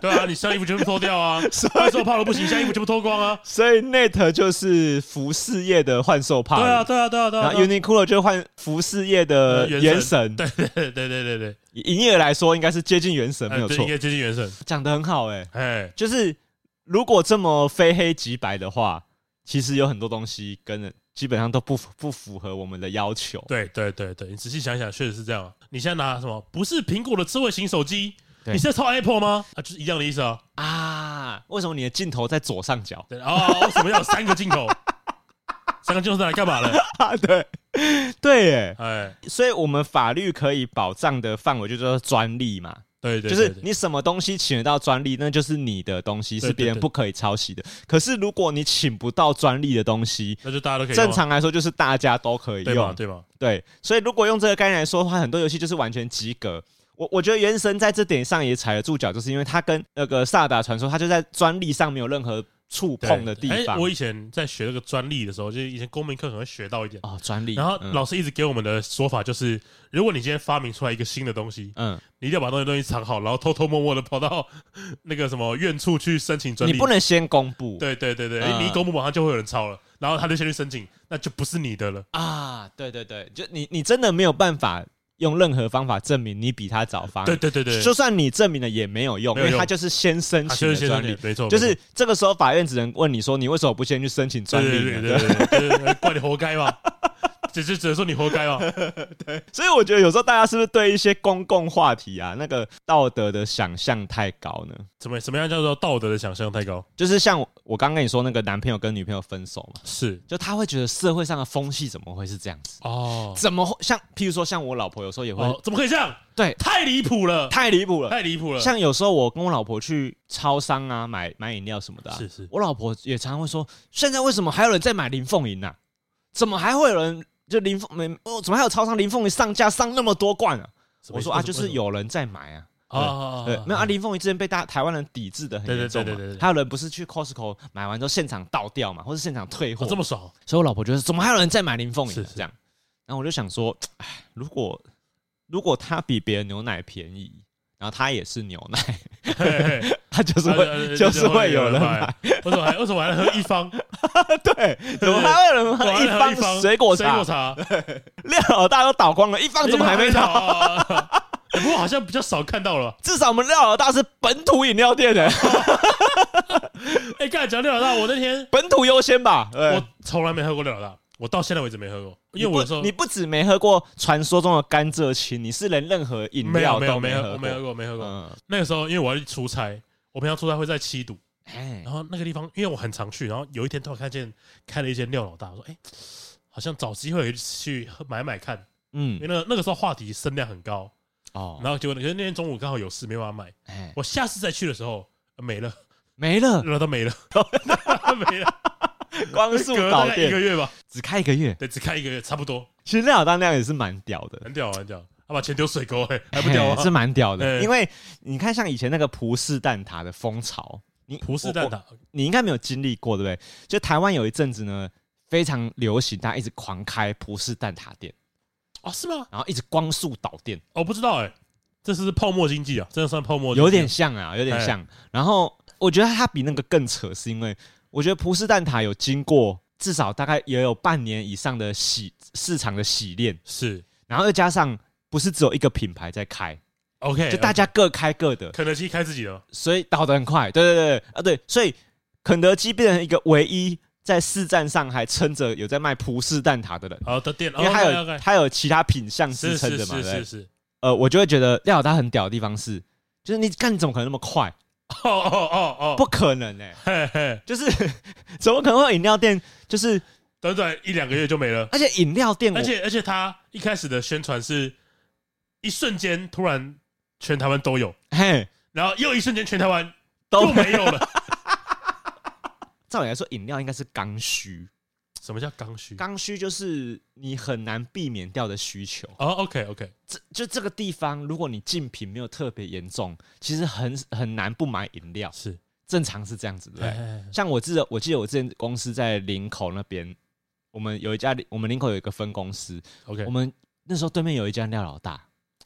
S1: 对啊，你上衣服全部脱掉
S2: <laughs>
S1: 啊，那时候泡的不行，下衣服全部脱光啊。
S2: 所以 Net 就是服饰业的幻兽帕，
S1: 对啊，，对啊，对啊，对啊
S2: 然后
S1: 对啊。
S2: Uniqlo 就换服饰业的
S1: 呃原
S2: 原
S1: 神
S2: 神，
S1: 对对对对对对，
S2: 营业额来说应该是接近原神，没有
S1: 哎对
S2: 错
S1: 应，该接近原神。
S2: 讲的很好哎、
S1: 哎，
S2: 就是如果这么非黑即白的话，其实有很多东西跟人基本上都不符不符合我们的要求。
S1: 对对对对，你仔细想想，确实是这样啊。你现在拿什么？不是苹果的智慧型手机，
S2: 对
S1: 你是在抄 Apple 吗？啊，就是一样的意思啊。
S2: 啊，为什么你的镜头在左上角？
S1: 对啊，为什么要有三个镜头？ <laughs> 三个镜头是来干嘛的？
S2: <laughs> 啊，对，对耶，
S1: 哎，
S2: 所以我们法律可以保障的范围就叫做专利嘛，
S1: 对对，
S2: 就是
S1: 对对
S2: 你什么东西请得到专利，那就是你的东西，
S1: 对
S2: 是别人
S1: 对对
S2: 不可以抄袭的。可是如果你请不到专利的东西，
S1: 那就大家都可以用啊
S2: 正常来说就是大家都可以
S1: 对嘛
S2: 用，
S1: 对嘛，
S2: 对，所以如果用这个概念来说的话，很多游戏就是完全及格。我我觉得《原神》在这点上也踩得住脚，就是因为它跟那个《萨尔达传说》，它就在专利上没有任何触
S1: 对
S2: 碰的地
S1: 哎
S2: 方。
S1: 我以前在学那个专利的时候，就是以前公民课可能会学到一点。
S2: 哦，专利。
S1: 然后
S2: 嗯
S1: 老师一直给我们的说法就是，如果你今天发明出来一个新的东西，
S2: 嗯，
S1: 你一定要把东西东西藏好，然后偷偷摸摸的跑到那个什么院处去申请专
S2: 你
S1: 利。
S2: 不能先公布。
S1: 对对对对，
S2: 嗯
S1: 你一公布马上就会有人抄了，然后他就先去申请，那就不是你的了。
S2: 啊，对对对，就你你真的没有办法用任何方法证明你比他早发。
S1: 对对对对，
S2: 就算你证明了也没有用，
S1: 没有
S2: 因为他
S1: 用
S2: 就是先申
S1: 他
S2: 请
S1: 就
S2: 了
S1: 是先
S2: 专
S1: 申
S2: 利
S1: 请，，没错，
S2: 就是这个时候法院只能问你说，你为什么不先去申请专
S1: 专
S2: 利呢？
S1: 利，对对对对对，对怪你活该嘛，只是只能说你活该嘛。
S2: 所以我觉得有时候大家是不是对一些公共话题啊，那个道德的想象太高呢？
S1: 怎么什么样叫做道德的想象太高？
S2: 就是像我我刚跟你说那个男朋友跟女朋友分手嘛，
S1: 是
S2: 就他会觉得社会上的风气怎么会是这样子？
S1: 哦
S2: 怎么会像譬如说像我老婆有时候也会、
S1: 哦，怎么可以这样？
S2: 对
S1: 太离谱了，
S2: 太离谱了，
S1: 太离谱了。
S2: 像有时候我跟我老婆去超商啊，买买饮料什么的、啊，
S1: 是是
S2: 我老婆也常常会说，现在为什么还有人在买林凤营啊？怎么还会有人就林凤没？哦，怎么还有超商林凤营上架上那么多罐啊？
S1: 什么
S2: 我
S1: 意思
S2: 说啊，
S1: 为什
S2: 就
S1: 么
S2: 是有人在买啊。
S1: 啊啊啊啊
S2: 对，没有啊，
S1: 啊
S2: 林凤仪之前被大台湾人抵制的很
S1: 对对
S2: 严重嘛，
S1: 对对对对
S2: 还有人不是去 Costco 买完之后现场倒掉嘛，或是现场退货，
S1: 哦这么爽，
S2: 所以我老婆觉得怎么还有人在买林凤仪
S1: 是
S2: 啊
S1: 是
S2: 这样，然后我就想说，哎，如果如果它比别人牛奶便宜，然后它也是牛奶， <laughs>
S1: 嘿嘿嘿
S2: 它就是会、
S1: 啊对
S2: 就是会有人
S1: 买
S2: 买，。 <laughs>
S1: 为什么还为什么还喝一方？
S2: 对，怎么还有人喝
S1: 我还喝一
S2: 一方
S1: 方
S2: 水
S1: <laughs>
S2: 果
S1: 水果
S2: 茶？
S1: 茶，
S2: 料老大都倒光了，一方怎么还没
S1: 到？
S2: 倒？
S1: 啊不过好像比较少看到了。
S2: 至少我们料老大是本土饮料
S1: <laughs>
S2: 店的，
S1: 哎，刚才讲廖老大，我那天
S2: 本土优先吧？对
S1: 我从来没喝过廖老大，我到现在为止没喝过，因为
S2: 你不
S1: 我说
S2: 你不止没喝过传说中的甘蔗青，你是连任何饮
S1: 没有
S2: 料
S1: 没
S2: 都
S1: 有没
S2: 喝
S1: 喝，
S2: 过。
S1: 我没喝过，没喝过。
S2: 嗯，
S1: 那个时候因为我要去出差，我平常出差会在七堵，
S2: 哎
S1: 然，后那个地方因为我很常去，然后有一天突然看见开了一间廖老大，我说哎，好像找机会去喝买买看，因
S2: 嗯，
S1: 为那个那个时候话题声量很高，
S2: 哦，
S1: 然后结果那可是那天中午刚好有事没办法买，
S2: 哎， <laughs>
S1: 我下次再去的时候呃没了，
S2: 没了，
S1: 然后都没了， <laughs> 没
S2: <laughs>
S1: 了，
S2: 光速
S1: 隔
S2: 导
S1: 大概一个
S2: 电，
S1: 月吧，
S2: 只开一个月。
S1: 对，只开一个月，差不多，
S2: 其实廖老大那样也是蛮屌的，
S1: 很屌很屌，他啊把钱丢水沟，哎，还不屌
S2: <laughs> 嘿是
S1: 啊？
S2: 蛮屌的。
S1: 哎
S2: 因为你看，像以前那个葡式蛋挞的风潮，你
S1: 葡式蛋，挞
S2: 我你应该没有经历过，对不对？就台湾有一阵子呢，非常流行，大家一直狂开葡式蛋挞店，
S1: 哦，是吗？
S2: 然后一直光速导电。
S1: 我不知道哎，这是泡沫经济啊，真的算泡沫经济啊，
S2: 有点像啊，有点像。然后我觉得它比那个更扯，是因为我觉得葡式蛋挞有经过至少大概也有半年以上的洗市场的洗练，
S1: 是
S2: 然后又加上不是只有一个品牌在开，
S1: OK，
S2: 就大家各开各的，
S1: 肯德基开自己的，
S2: 所以倒得很快。对对对啊，对，所以肯德基变成一个唯一在市站上还撑着有在卖葡式蛋挞的人。
S1: 好的店，
S2: 因为它
S1: 哦
S2: 有
S1: ，OK，OK，
S2: 它有其他品相
S1: 是
S2: 支撑
S1: 是
S2: 着嘛，对
S1: 是
S2: 不对
S1: 是？是，
S2: 呃，我就会觉得廖老大很屌的地方是，就是你干你怎么可能那么快？
S1: 哦哦哦哦，
S2: 不，可能哎、
S1: 嘿嘿，
S2: 就是 <laughs> 怎么可能会有饮料店？就是
S1: 短短一两个月就没了。
S2: 而且饮料店我，
S1: 而且而且他一开始的宣传是一瞬间突然全台湾都有，
S2: 嘿
S1: 然后又一瞬间全台湾
S2: 都
S1: 又没有了。
S2: 照理来说，饮料应该是刚需，
S1: <laughs> 什么叫刚需？
S2: 刚需就是你很难避免掉的需求。
S1: 哦，OK OK，
S2: 这就这个地方，如果你竞品没有特别严重，其实很很难不买饮料，
S1: 是，
S2: 正常是这样子对不对。
S1: 哎
S2: 像我记得，我记得我之前公司在林口那边，我们有一家，我们林口有一个分公司，
S1: ，OK，
S2: 我们那时候对面有一家廖老大。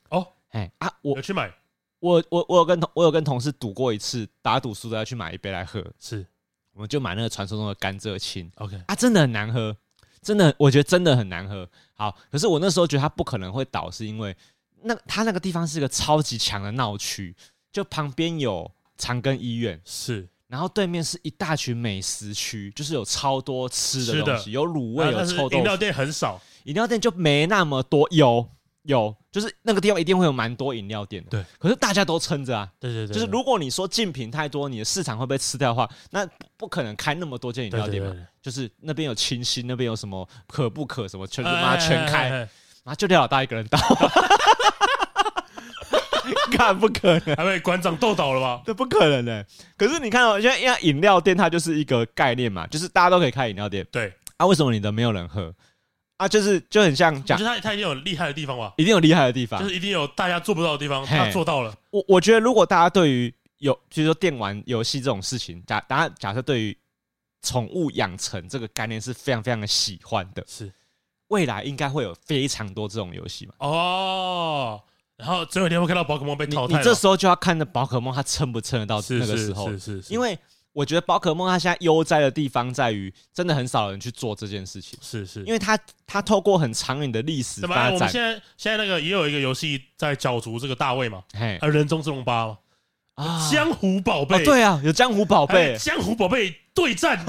S1: 哦，
S2: 哎啊，我
S1: 有去买
S2: 我我我有跟同我有跟同事赌过一次，打赌输的要去买一杯来喝，
S1: 是
S2: 我们就买那个传说中的甘蔗青
S1: OK，
S2: 啊，真的很难喝，真的我觉得真的很难喝。好，可是我那时候觉得它不可能会倒，是因为那它那个地方是一个超级强的闹区，就旁边有长庚医院，
S1: 是，
S2: 然后对面是一大群美食区，就是有超多吃
S1: 吃
S2: 的
S1: 的
S2: 东西，有卤味，
S1: 啊
S2: 有
S1: 但是
S2: 臭豆
S1: 饮料
S2: 腐，
S1: 店很少，
S2: 饮料店就没那么多，有有，就是那个地方一定会有蛮多饮料店的。
S1: 对，
S2: 可是大家都撑着啊。
S1: 对对对，
S2: 就是如果你说竞品太多，你的市场会被吃掉的话，那不不可能开那么多间饮
S1: 对
S2: 料
S1: 对
S2: 店
S1: 对
S2: 嘛。
S1: 对，
S2: 就是那边有清新，那边有什么可不可什么，全
S1: 就
S2: 部把它全
S1: 哎
S2: 开，然后就廖老大一个人倒， <laughs> 看不可能。
S1: 还被馆长逗倒了
S2: <laughs>
S1: 吧？
S2: 这不可能的、可是你看哦，现在因为饮料店它就是一个概念嘛，就是大家都可以开饮料店
S1: 对，
S2: 啊，为什么你的没有人喝啊？就是就很像
S1: 我
S2: 讲
S1: 觉，得他他一定有厉害的地方吧，
S2: 一定有厉害的地方
S1: 就。是一定有大家做不到的地方，
S2: 啊嘿
S1: 他做到了。
S2: 我我觉得如果大家对于有，就是说电玩游戏这种事情，假大家假设对于宠物养成这个概念是非常非常的喜欢的，
S1: 是
S2: 未来应该会有非常多这种游戏嘛。
S1: 哦，然后总有一天会看到宝可梦被
S2: 你
S1: 淘汰
S2: 你
S1: 了。
S2: 这时候就要看那宝可梦它撑不撑得到
S1: 是
S2: 那个
S1: 是
S2: 时候，
S1: 是是是，
S2: 因为我觉得宝可梦它现在悠哉的地方在于，真的很少人去做这件事情。
S1: 是是
S2: 因为它它透过很长远的历史
S1: 怎么哎
S2: 发
S1: 我们
S2: 展，
S1: 现在现在那个也有一个游戏在角逐这个大位嘛，
S2: 嘿
S1: 啊，人中之龙八嘛，
S2: 啊
S1: 江湖宝
S2: 哦
S1: 贝，
S2: 对啊，有江湖宝
S1: 还有
S2: 贝，
S1: 江湖宝贝对
S2: <laughs>
S1: 战，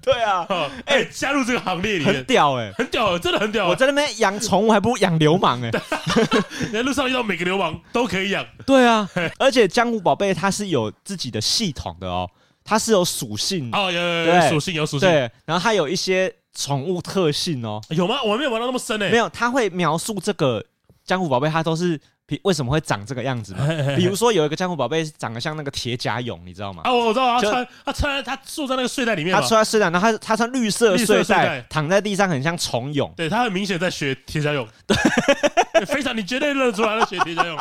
S2: 对啊，
S1: 哎，加入这个行列里
S2: 很
S1: 面，
S2: 屌哎！
S1: 很屌，真的很屌
S2: 我。在那边养宠物还不如养流氓哎，
S1: 你在路上遇到每个流氓都可以养，
S2: 对啊， <laughs> 而且江湖宝贝它是有自己的系统的哦，它是有属性，
S1: 哦，有有有
S2: 对
S1: 属性有属性，
S2: 对，然后它有一些宠物特性哦，
S1: 有吗？我没有玩到那么深诶，
S2: 没有，它会描述这个江湖宝贝它都是比为什么会长这个样子嘛？
S1: 嘿嘿嘿
S2: 比如说有一个江湖宝贝长得像那个铁甲蛹，你知道吗？
S1: 啊，我知道啊，他
S2: 就
S1: 穿他穿他住在那个睡袋里面
S2: 他
S1: 嘛，
S2: 穿睡袋，然后他他穿绿色的
S1: 啊绿色
S2: 睡
S1: 的睡
S2: 袋
S1: 袋，
S2: 躺在地上很像虫
S1: <laughs>
S2: 蛹。
S1: 对他很明显在学铁甲
S2: <laughs>
S1: 勇，非常你绝对认得出来在学铁甲勇，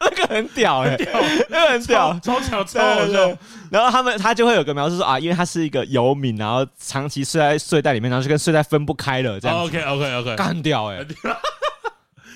S2: 那个很 <laughs> 屌哎、
S1: 屌
S2: 那个很屌
S1: <laughs> 超，超强超
S2: <laughs> 对啊
S1: 好
S2: 对
S1: 笑
S2: 对，然后他们他就会有个描述说啊，因为他是一个游民，然后长期睡在睡袋里面，然后就跟睡袋分不开了，这样子
S1: ，OK OK OK，
S2: <laughs> 干掉哎、
S1: <laughs>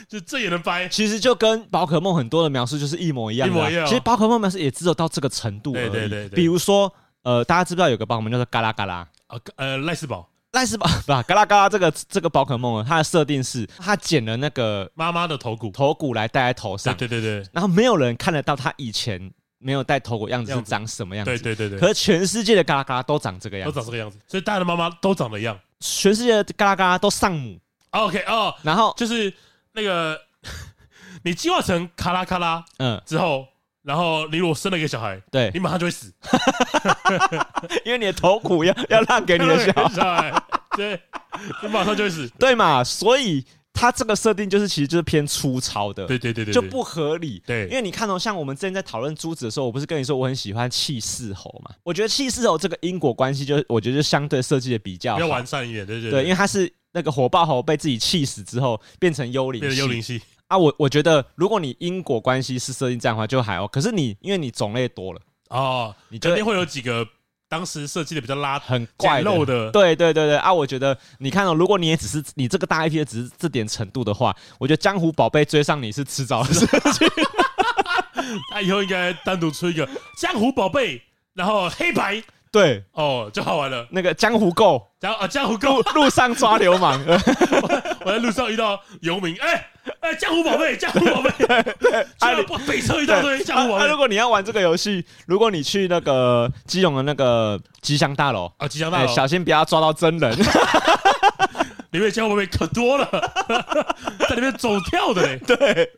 S1: 就这也能掰，
S2: 其实就跟宝可梦很多的描述就是一模一样的啊、
S1: 一模一样
S2: 其实宝可梦描述也只有到这个程度而已。
S1: 对对对对
S2: 比如说呃，大家知不知道有个宝可梦叫做嘎啦嘎啦？
S1: 啊，呃，赖世宝
S2: 赖斯宝不嘎啦嘎啦这个这个宝可梦啊，它的设定是它剪了那个
S1: 妈妈的头骨，
S2: 头骨来戴在头
S1: 对
S2: 上，
S1: 对对对
S2: 然后没有人看得到他以前没有戴头骨样子是长什么样子。
S1: 对对对对，
S2: 可是全世界的嘎啦嘎啦都长这个样
S1: 都
S2: 子
S1: 长，这个样子，所以大家的妈妈都长得一样。
S2: 全世界的嘎啦嘎啦都上母，
S1: OK 哦，
S2: 然后
S1: 就是那个 <laughs> 你进化成卡拉卡拉
S2: 嗯，
S1: 之后，然后你如果生了一个小孩，
S2: 对
S1: 你，马上就会死，
S2: 因为你的头骨要 <laughs> 要让给你的
S1: <laughs>
S2: 小孩，
S1: 小孩，对，你马上就会死。
S2: 对嘛？所以它这个设定就是其实就是偏粗糙的，
S1: 对对对对，
S2: 就
S1: 对
S2: 不合理。
S1: 对，
S2: 因为你看哦，像我们之前在讨论珠子的时候，我不是跟你说我很喜欢气势猴嘛？我觉得气势猴这个因果关系，就是我觉得就相对设计的比较
S1: 比较
S2: 好
S1: 完善一点，对对
S2: 对，因为它是那个火爆猴被自己气死之后变成幽灵，
S1: 变成幽灵系，
S2: 啊，我我觉得如果你因果关系是设定这样的话，就还好。可是你因为你种类多了，
S1: 哦，
S2: 你就
S1: 肯
S2: 会
S1: 定会有几个当时设计的比较拉
S2: 很怪
S1: 简
S2: 的
S1: 陋。
S2: <laughs>
S1: 的，
S2: 对对对对啊！我觉得你看哦，如果你也只是你这个大 IP 的只是这点程度的话，我觉得江湖宝贝追上你是迟早的事。
S1: 那以后应该单独出一
S2: <laughs>
S1: 个江湖宝贝，然后黑白
S2: <laughs> 对，
S1: 哦，就好玩了。
S2: 那个江湖够
S1: 然后啊，江湖
S2: 路 <laughs>
S1: 够，
S2: 路上抓流 <laughs> 氓，
S1: 我在路上遇到游民，哎哎，江湖宝
S2: <laughs>
S1: 贝，江湖宝贝，
S2: 啊
S1: 就北车一大堆江湖宝
S2: 啊啊如
S1: 贝
S2: 果你要玩这个游戏，如果你去那个基隆的那个吉祥大楼，
S1: 啊，吉祥大
S2: 哎，
S1: 楼
S2: 小心不要抓到真 <laughs> 人。
S1: 里面江湖宝贝可多
S2: <laughs>
S1: 了，在里面走跳的嘞，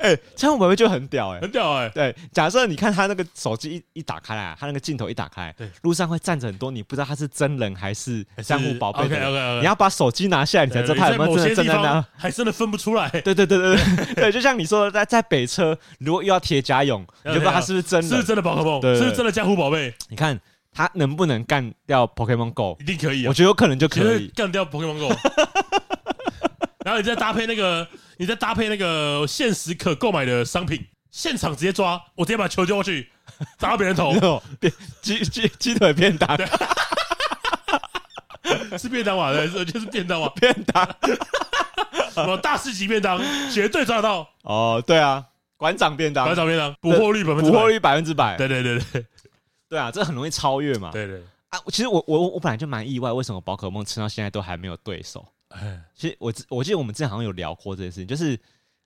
S2: 哎，江湖宝贝就很屌哎、
S1: 很屌哎，
S2: 对，假设你看他那个手机一一打开来啊，他那个镜头一打开
S1: 对，
S2: 路上会站着很多你不知道他是真人还是江湖宝贝的
S1: OK
S2: 人。
S1: OK，
S2: 你要把手机拿下来，你才知道他有没有真的
S1: 在
S2: 站在
S1: 某些地
S2: 那
S1: 方。还真的分不出来，
S2: <laughs> 对对对对
S1: <laughs>
S2: 对对，就像你说的，在在北车，如果又要铁甲勇，你就不知道他是不是真
S1: 是不是
S2: 人。
S1: 真的宝可梦？
S2: 对
S1: 是不是真的江湖宝贝？
S2: 你看他能不能干掉 Pokemon Go？
S1: 一定可以啊
S2: 我！觉得有可能就
S1: 绝
S2: 可
S1: 对
S2: 以。，
S1: 干掉 Pokemon Go。然后你再搭配那个，你再搭配那个限时可购买的商品，现场直接抓，我直接把球丢过去，砸到别人头
S2: <laughs> 哦，变鸡鸡鸡腿便当，
S1: 是便当碗还是就是便当碗？
S2: 便当。
S1: 什么大师级便当，绝对抓得到，
S2: 哦，对啊，馆长便当
S1: 来，找便当，捕获率百分之
S2: 捕
S1: 百
S2: 获，率百分之百。
S1: 对对对对
S2: 对啊，这很容易超越嘛。
S1: 对对，
S2: 啊，其实我我我本来就蛮意外，为什么宝可梦撑到现在都还没有对手？
S1: 哎，
S2: 其实我之我记得我们之前好像有聊过这件事情，就是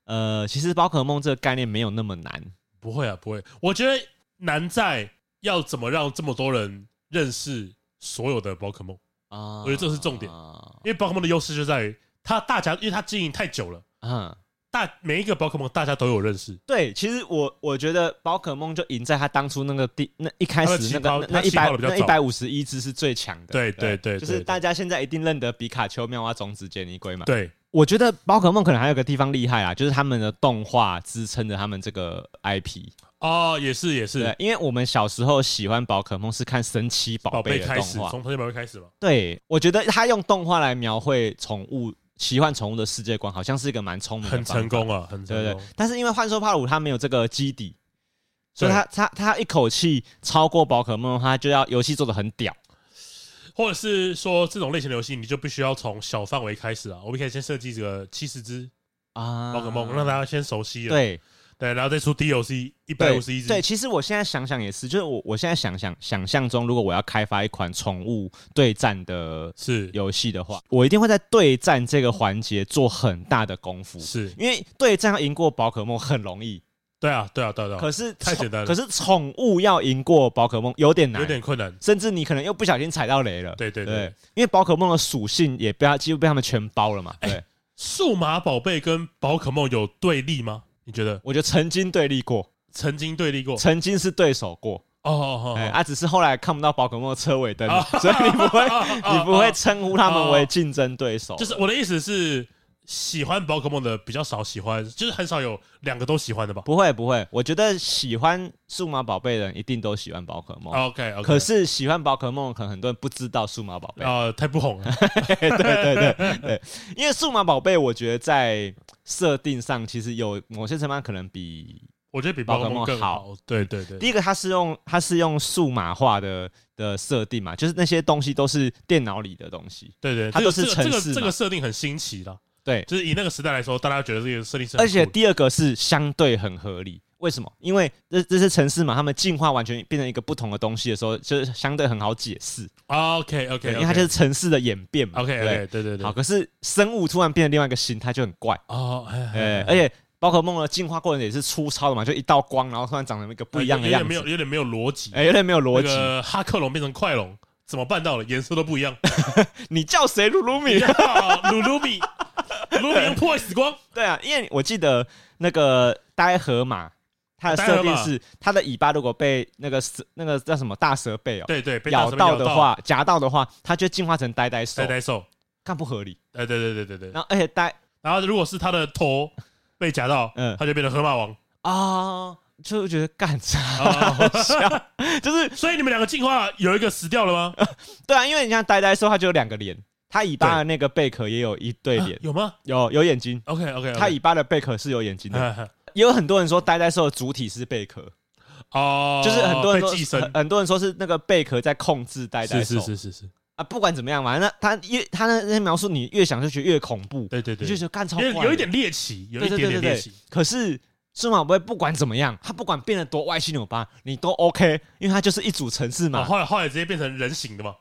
S2: 呃，其实宝可梦这个概念没有那么难，
S1: 不会啊，不会，我觉得难在要怎么让这么多人认识所有的宝可梦，
S2: 啊
S1: 我觉得这是重点
S2: 啊
S1: 因为宝可梦的优势就在于他大家因为他经营太久了，
S2: 嗯，
S1: 大每一个宝可梦大家都有认识，
S2: 对，其实我我觉得宝可梦就赢在它当初那个第那一开始那
S1: 它的
S2: 个
S1: 起
S2: 那
S1: 它
S2: 一
S1: 起跑
S2: 百
S1: 得比较
S2: 那
S1: 早
S2: 一百五十一只是最强的。
S1: 对对对
S2: 就是
S1: 对
S2: 大家现在一定认得比卡丘、妙蛙种子、杰尼龟嘛。，
S1: 对，
S2: 我觉得宝可梦可能还有个地方厉害啊，就是他们的动画支撑着他们这个 IP。
S1: 哦，也是也
S2: 对
S1: 是，，
S2: 因为我们小时候喜欢宝可梦是看神奇宝
S1: 宝贝
S2: 贝的
S1: 开
S2: 动
S1: 始，
S2: 画。
S1: 从神奇宝贝开始嘛，
S2: 对，我觉得他用动画来描绘宠物、奇幻宠物的世界观，好像是一个蛮聪明的
S1: 很
S2: 方嗯法，
S1: 成功啊，很成
S2: 对对
S1: 功，，
S2: 但是因为幻兽帕鲁它没有这个基底，所以
S1: 对
S2: 它它它一口气超过宝可梦，它就要游戏做的很屌。
S1: 或者是说这种类型的游戏，你就必须要从小范围开始啊，我们可以先设计这个七十只
S2: 啊，
S1: 宝可梦，让大家先熟悉了，
S2: 对
S1: 对，然后再出 DLC 一百
S2: 对
S1: 五十一只，
S2: 对，其实我现在想想也是，就是我我现在想想想象中，如果我要开发一款宠物对战的
S1: 是
S2: 游戏的话，我一定会在对战这个环节做很大的功夫，
S1: 是，
S2: 因为对战要赢过宝可梦很容易，
S1: 对啊，对啊，对啊，对啊
S2: 可是
S1: 太
S2: 宠
S1: 简单了
S2: 可是宠物要赢过宝可梦有点难，
S1: 有点困难，
S2: 甚至你可能又不小心踩到雷了。
S1: 对对
S2: 对
S1: 对，
S2: 因为宝可梦的属性也被它几乎被他们全包了嘛。
S1: 哎
S2: 对，
S1: 数码宝贝跟宝可梦有对立吗？你觉得
S2: 我觉得曾经对立过，
S1: 曾经对立过？哦
S2: 曾经是对手过，
S1: 哦
S2: 哎、
S1: 哦
S2: 啊，只是后来看不到宝可梦的车尾灯了， <laughs> 所以你不会、你不会称呼他们为竞争对手。
S1: 哦，就是我的意思是，喜欢宝可梦的比较少，喜欢就是很少有两个都喜欢的吧
S2: 不会不会，我觉得喜欢数码宝贝的人一定都喜欢宝可梦。
S1: ？OK 哦 OK，
S2: 哦可是喜欢宝可梦，可能很多人不知道数码宝贝，
S1: 啊，太不红了，
S2: <laughs> 对对对对，因为数码宝贝，我觉得在设定上其实有某些层面可能比
S1: 我觉得比
S2: 宝
S1: 宝
S2: 可
S1: 可
S2: 梦
S1: 梦更好。对对对，
S2: 第一个，它是用它是用数码化的的设定嘛，就是那些东西都是电脑里的东西，
S1: 对对，
S2: 它
S1: 这
S2: 都
S1: 个
S2: 是
S1: 这个这
S2: 城市
S1: 个
S2: 嘛
S1: 这个设定很新奇啦，
S2: 对。
S1: 就是以那个时代来说，大家觉得这个设定是很
S2: 而且
S1: 酷的
S2: 第二个是相对很合理，为什么？因为这这些城市嘛，他们进化完全变成一个不同的东西的时候，就是相对很好解释，
S1: OK OK，
S2: 对，因为它就是城市的演变嘛。
S1: OK
S2: 对不对
S1: OK，对对对
S2: 好，，可是生物突然变成另外一个形态就很怪，
S1: 哦，
S2: 哎，
S1: 哎
S2: 而且宝可梦的进化过程也是粗糙的嘛，就一道光，然后突然长成一个不一样的
S1: 有
S2: 样
S1: 点没哎有
S2: 子，
S1: 有点没有逻辑，
S2: 哎，有点没有逻
S1: 那
S2: 辑。
S1: 个哈克龙变成快龙，怎么办到的？颜色都不一样。
S2: 你叫谁？鲁
S1: <laughs>
S2: 鲁米？
S1: 鲁鲁米，鲁鲁米用破坏死光。
S2: 对啊，因为我记得那个呆河马，它的设定是它的尾巴如果被那个蛇那个叫什么大蛇贝哦
S1: 对对，被
S2: 咬
S1: 大蛇
S2: 到
S1: 咬
S2: 的，话，夹到的话，它就进化成呆呆兽
S1: 呆，呆兽。
S2: 看不合理。
S1: 哎，对对对对对。
S2: 然后而且呆
S1: 然后如果是他的头被夹到，
S2: 嗯
S1: 他就变成河马王。
S2: 啊，就觉得干啥
S1: 啊 <laughs>
S2: 笑，就是
S1: 所以你们两个进化有一个死掉了吗？
S2: 对啊，因为你像呆呆兽，它就有两个脸，它尾巴的那个贝壳也有一对脸，
S1: 有吗
S2: 有有眼睛。
S1: ？OK OK，
S2: 它尾巴的贝壳是有眼睛的，
S1: 他
S2: 也有很多人说呆呆兽的主体是贝壳，
S1: 哦，
S2: 就是很多人
S1: 被
S2: 说
S1: 寄生
S2: 很，很多人说是那个贝壳在控制呆呆
S1: 是
S2: 兽，
S1: 是是是是，
S2: 啊，不管怎么样嘛，那他越他那那些描述你越想就觉得越恐怖，
S1: 对对
S2: 你
S1: 对
S2: 就，觉得干超
S1: 因为
S2: 怪
S1: 有一
S2: 的
S1: 点猎奇，有
S2: 对
S1: 一
S2: 对
S1: 点
S2: 对对
S1: 点猎奇
S2: 对。。可是数码宝贝不管怎么样，它不管变得多歪七扭八，你都 OK，因为它就是一组城市
S1: 啊，
S2: 嘛。
S1: 后来后来直接变成人形的嘛？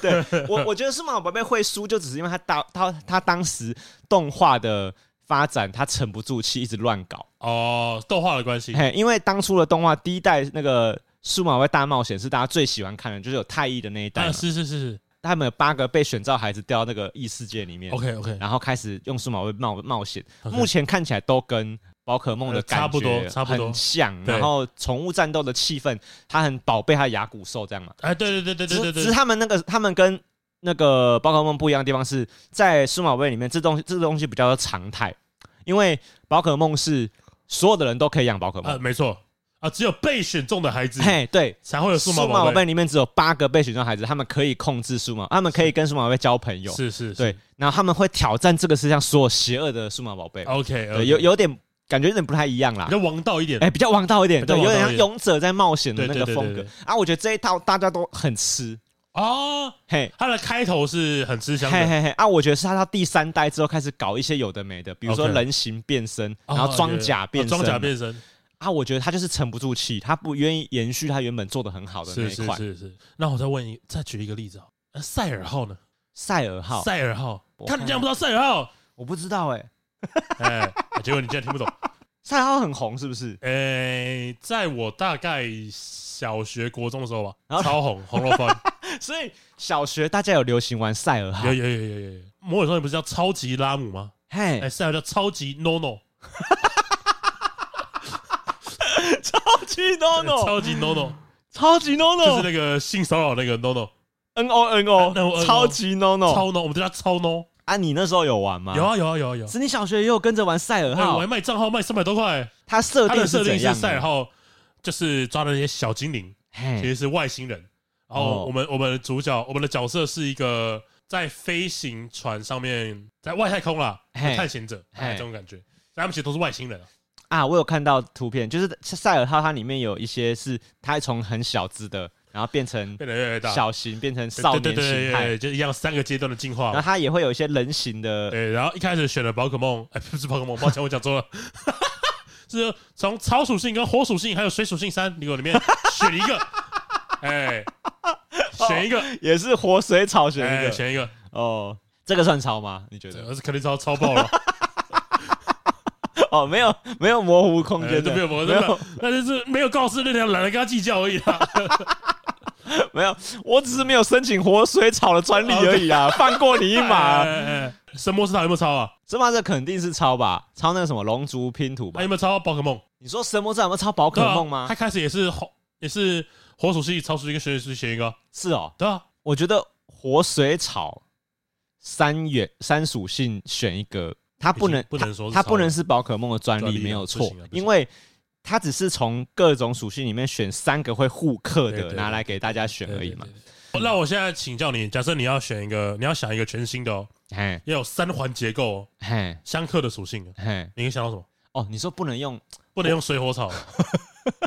S2: 对，我我觉得数码宝贝会输，就只是因为它 <laughs> 当它它当时动画的。发展它沉不住气，一直乱搞。
S1: 哦，动画的关系。
S2: 嘿，因为当初的动画第一代那个《数码宝贝大冒险》是大家最喜欢看的，就是有太一的那一代
S1: 啊，
S2: 嘛。
S1: 是是是是
S2: 他们有八个被选召孩子掉到那个异世界里面。
S1: ，OK OK，
S2: 然后开始用数码会冒冒险。
S1: OK 呃
S2: 目前看起来都跟宝可梦的感觉
S1: 差不多差不多
S2: 很像。
S1: 对
S2: 然后宠物战斗的气氛，它很宝贝它的牙骨兽这样嘛。
S1: 哎，对对对对对
S2: 只
S1: 对
S2: 只是
S1: 对，
S2: 他们那个他们跟那个宝可梦不一样的地方是在数码宝贝里面，这东这个东西比较常态，因为宝可梦是所有的人都可以养宝可
S1: 啊，
S2: 梦。
S1: 没错啊，只有被选中的孩子
S2: 嘿，对。
S1: 才会有数
S2: 数
S1: 码
S2: 码宝
S1: 宝贝，
S2: 贝里面只有八个被选中的孩子，他们可以控制数码，他们可以跟数码宝贝交朋友，
S1: 是是，
S2: 对，然后他们会挑战这个世界上所有邪恶的数码宝贝。
S1: ，OK，
S2: 对，有有点感觉有点不太一样啦
S1: 比。较王道一点
S2: 哎、，比较王道一点，
S1: 比较
S2: 对，有点
S1: 王道
S2: 像
S1: 一点
S2: 勇者在冒险的那
S1: 对
S2: 个
S1: 对对
S2: 风
S1: 对
S2: 格
S1: 对
S2: 啊。我觉得这一套大家都很吃，
S1: 哦，
S2: 嘿，
S1: 它的开头是很吃香
S2: 嘿
S1: 的，
S2: 嘿嘿啊！我觉得是他到第三代之后开始搞一些有的没的，比如说
S1: OK
S2: 人形变身，
S1: 哦
S2: 然后装甲变
S1: 哦
S2: 身，
S1: 装甲变身，
S2: 啊！我觉得他就是沉不住气，他不愿意延续他原本做的很好的那
S1: 是
S2: 一
S1: 是
S2: 块。
S1: 是是。那我再问一，再举一个例子啊，那赛尔号呢？
S2: 赛尔号，
S1: 赛尔号
S2: 我，
S1: 看
S2: 看
S1: 你竟然不知道赛尔号， <laughs>
S2: 我不知道哎、
S1: 哎，结果你竟然听不懂。
S2: 赛号很红，是不是？
S1: 诶、在我大概小学、国中的时候吧，
S2: 然后
S1: 超
S2: <laughs>
S1: 红《红楼梦》
S2: 所以小学大家有流行玩赛尔号
S1: 有，有有有有有，摩尔庄园不是叫超级拉姆吗？
S2: 嘿
S1: 哎、，赛尔叫超级 no no，
S2: 超级 no no，
S1: 超级 no no，
S2: 超级 no
S1: 就是
S2: no，
S1: 那个性骚扰那个 no no，
S2: n o n
S1: 那我
S2: o，超级 no no
S1: 超 no，我们叫他超 no。
S2: 啊！你那时候有玩吗？
S1: 有，啊有啊有啊有啊，
S2: 是你小学也有跟着玩赛尔
S1: 哎我
S2: 号
S1: 还，卖账号卖三百多块，
S2: 它设
S1: 他
S2: 定
S1: 的
S2: 是
S1: 设定
S2: 怎
S1: 是
S2: 样？
S1: 赛尔，号就是抓的那些小精灵，其
S2: 嘿，
S1: 实是外星人。然后
S2: 嗯哦
S1: 我们我们的主角，我们的角色是一个在飞行船上面，在外太空啦，
S2: 嘿
S1: 探险者，哎，
S2: 嘿
S1: 这种感觉。所以他们其实都是外星人啊，
S2: 啊，我有看到图片，就是赛尔号它里面有一些是它从很小只的，然后变成
S1: 变得越来越大。
S2: 小型，变成
S1: 对
S2: 少
S1: 对
S2: 年
S1: 对对
S2: 形
S1: 对，
S2: 态，
S1: 对就一样三个阶段的进化
S2: 然
S1: 嘛
S2: 后。它也会有一些人形的，
S1: 对，然后一开始选了宝可梦， <laughs> 哎，不是宝可梦，抱歉，我讲错了， <laughs> 是从草属性、跟火属性还有水属性三里里面选
S2: <laughs>
S1: 一个，哎，选一个，
S2: 也是活水草哦选一
S1: 哎，
S2: 个
S1: 选一个，
S2: 哦。这个算超吗？你觉
S1: <laughs>
S2: 得？
S1: 这肯定超超爆了，
S2: 哦，没有没有模糊空
S1: 哎
S2: 间
S1: 这
S2: 的，
S1: 没有没有，真的那就是没有告知那条懒得跟他计较而已
S2: <laughs>
S1: 啦。
S2: 没有，我只是没有申请活水草的专利而
S1: <laughs>
S2: 已啊，放过你一
S1: 哎
S2: 马。
S1: 哎哎哎神魔斯塔有没有超啊？
S2: 神魔这肯定是抄吧，抄那个什么龙族拼图吧
S1: 还有？没有超宝可梦？
S2: 你说神魔这有没有抄宝可
S1: 对啊
S2: 梦吗
S1: 他？开始也是火，也是火属性、草属性跟水属性选一个，
S2: 是哦，
S1: 对啊，
S2: 我觉得活水草三元三属性选一个，它不能
S1: 不能说是
S2: 它
S1: 抄
S2: 不能是宝可梦的专
S1: 专
S2: 利，
S1: 利啊
S2: 没有
S1: 不
S2: 错
S1: 行啊，不
S2: 因
S1: 行
S2: 为它只是从各种属性里面选三个会互克
S1: 对
S2: 的
S1: 对
S2: 拿
S1: 对
S2: 来给大家选而已嘛
S1: 对。。对对对那我现在请教你，假设你要选一个，你要想一个全新的哦，
S2: 嘿，
S1: 也有三环结构哦，
S2: 嘿，
S1: 相克的属性哦，
S2: 嘿，
S1: 你可以想到什么？
S2: 哦，你说不能用，
S1: 不能用水火草。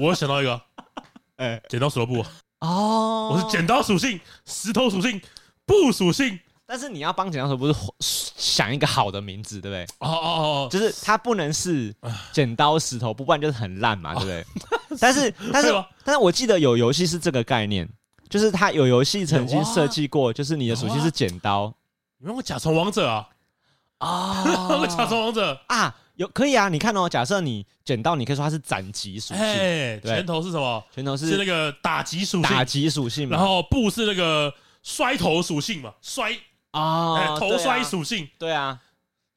S1: 我有想到一个
S2: <laughs> 哎，
S1: 剪刀石头布，
S2: 哦，
S1: 我是剪刀属性、石头属性、布属性。
S2: 但是你要帮剪刀手不是想一个好的名字，对不对？
S1: 哦哦哦，
S2: 就是它不能是剪刀石头布，不然就是很烂嘛，对不对？ <laughs> 但是
S1: <laughs>
S2: 但
S1: 是
S2: 是
S1: 吗
S2: 但是我记得有游戏是这个概念，就是它有游戏曾
S1: 啊
S2: 经设计过，就是你的属性是剪刀
S1: 你用个甲虫王者啊，用 <laughs> 个甲
S2: 啊
S1: 虫王者，
S2: 啊，有可以啊，你看哦，假设你剪刀，你可以说它是斩击属性，
S1: 哎，
S2: 对
S1: 拳头是什么？
S2: 拳头
S1: 是
S2: 是
S1: 那个打击属
S2: 打
S1: 性，
S2: 击属性嘛，
S1: 然后布是那个摔头属性嘛，摔哎
S2: 啊
S1: 头摔属性。
S2: 对啊，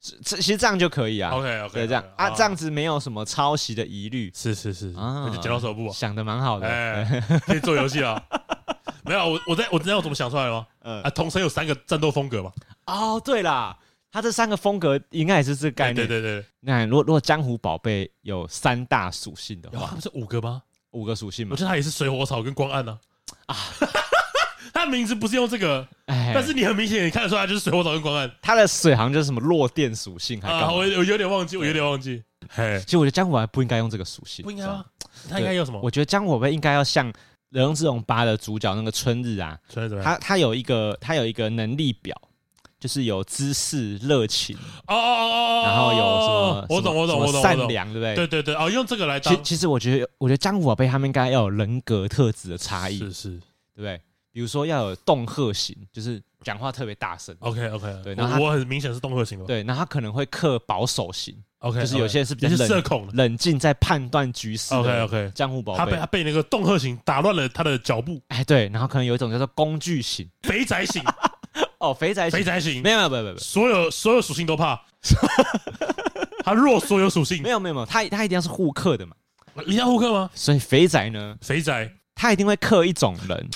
S2: 这这其实这样就可以啊，
S1: OK OK，哦
S2: 对这样啊，这样子没有什么抄袭的疑虑。
S1: 是是是，
S2: 啊
S1: 那就剪刀石头布啊，
S2: 想的蛮好的，
S1: 哎，可以做游戏了。 <laughs> 没有，啊我我在我知道我怎么想出来的吗？
S2: 嗯
S1: 啊，同时有三个战斗风格嘛，
S2: 哦，对啦，它这三个风格应该也是这个概念。
S1: 哎对对对，
S2: 那如果如果江湖宝贝有三大属性的
S1: 有啊，他
S2: 话，
S1: 不是五个吗？
S2: 五个属性
S1: 我
S2: 嘛
S1: 觉，得他也是水火草跟光暗啊。啊， <laughs> 他的名字不是用这个，
S2: 哎，
S1: 但是你很明显也看得出来，就是水火草跟光暗
S2: 它的水好像就是什么弱电属性还干
S1: 啊。
S2: 嘛
S1: 我我有点忘记，我有点忘记。嘿，
S2: 其实我觉得江湖宝贝不应该啊用这个属性，
S1: 不应该啊
S2: 你知道
S1: 吗？他应该有什么？
S2: 我觉得江湖宝贝应该要像《人中之龙八》的主角那个春日啊，
S1: 出来怎么样？
S2: 他他有一个他有一个能力表，就是有知识、热情，
S1: 哦哦哦哦哦，
S2: 然后有什么
S1: 我懂我懂
S2: 什么
S1: 我懂
S2: 善
S1: 我懂。
S2: 良，对不对？
S1: 对对对，哦，用这个来当
S2: 其其实我觉得，我觉得江湖宝贝他们应该要有人格特质的差异，
S1: 是是
S2: 对不对？比如说要有恫吓型，就是讲话特别大声，
S1: ，OK OK，
S2: 对然后他
S1: 我我很明显是动客型的吧
S2: 对，那他可能会克保守型，
S1: ，OK，
S2: 就是有些人是比较
S1: 你是
S2: 冷
S1: 社恐的
S2: 冷静在判断局势
S1: ，OK
S2: 的
S1: OK，
S2: 江湖宝
S1: 他被
S2: 贝
S1: 他。被那个动客型打乱了他的脚步，
S2: 哎，对，然后可能有一种叫做工具型，
S1: 肥宅
S2: <laughs>
S1: 型，
S2: 哦，肥宅型
S1: 肥，宅型
S2: 没，有没有没有没有
S1: 所有所有属性都怕，他弱所有属性
S2: 没，有没有没有，他他一定要是互克的嘛，
S1: 你要互克吗？
S2: 所以肥宅呢，
S1: 肥宅，
S2: 他一定会克一种人，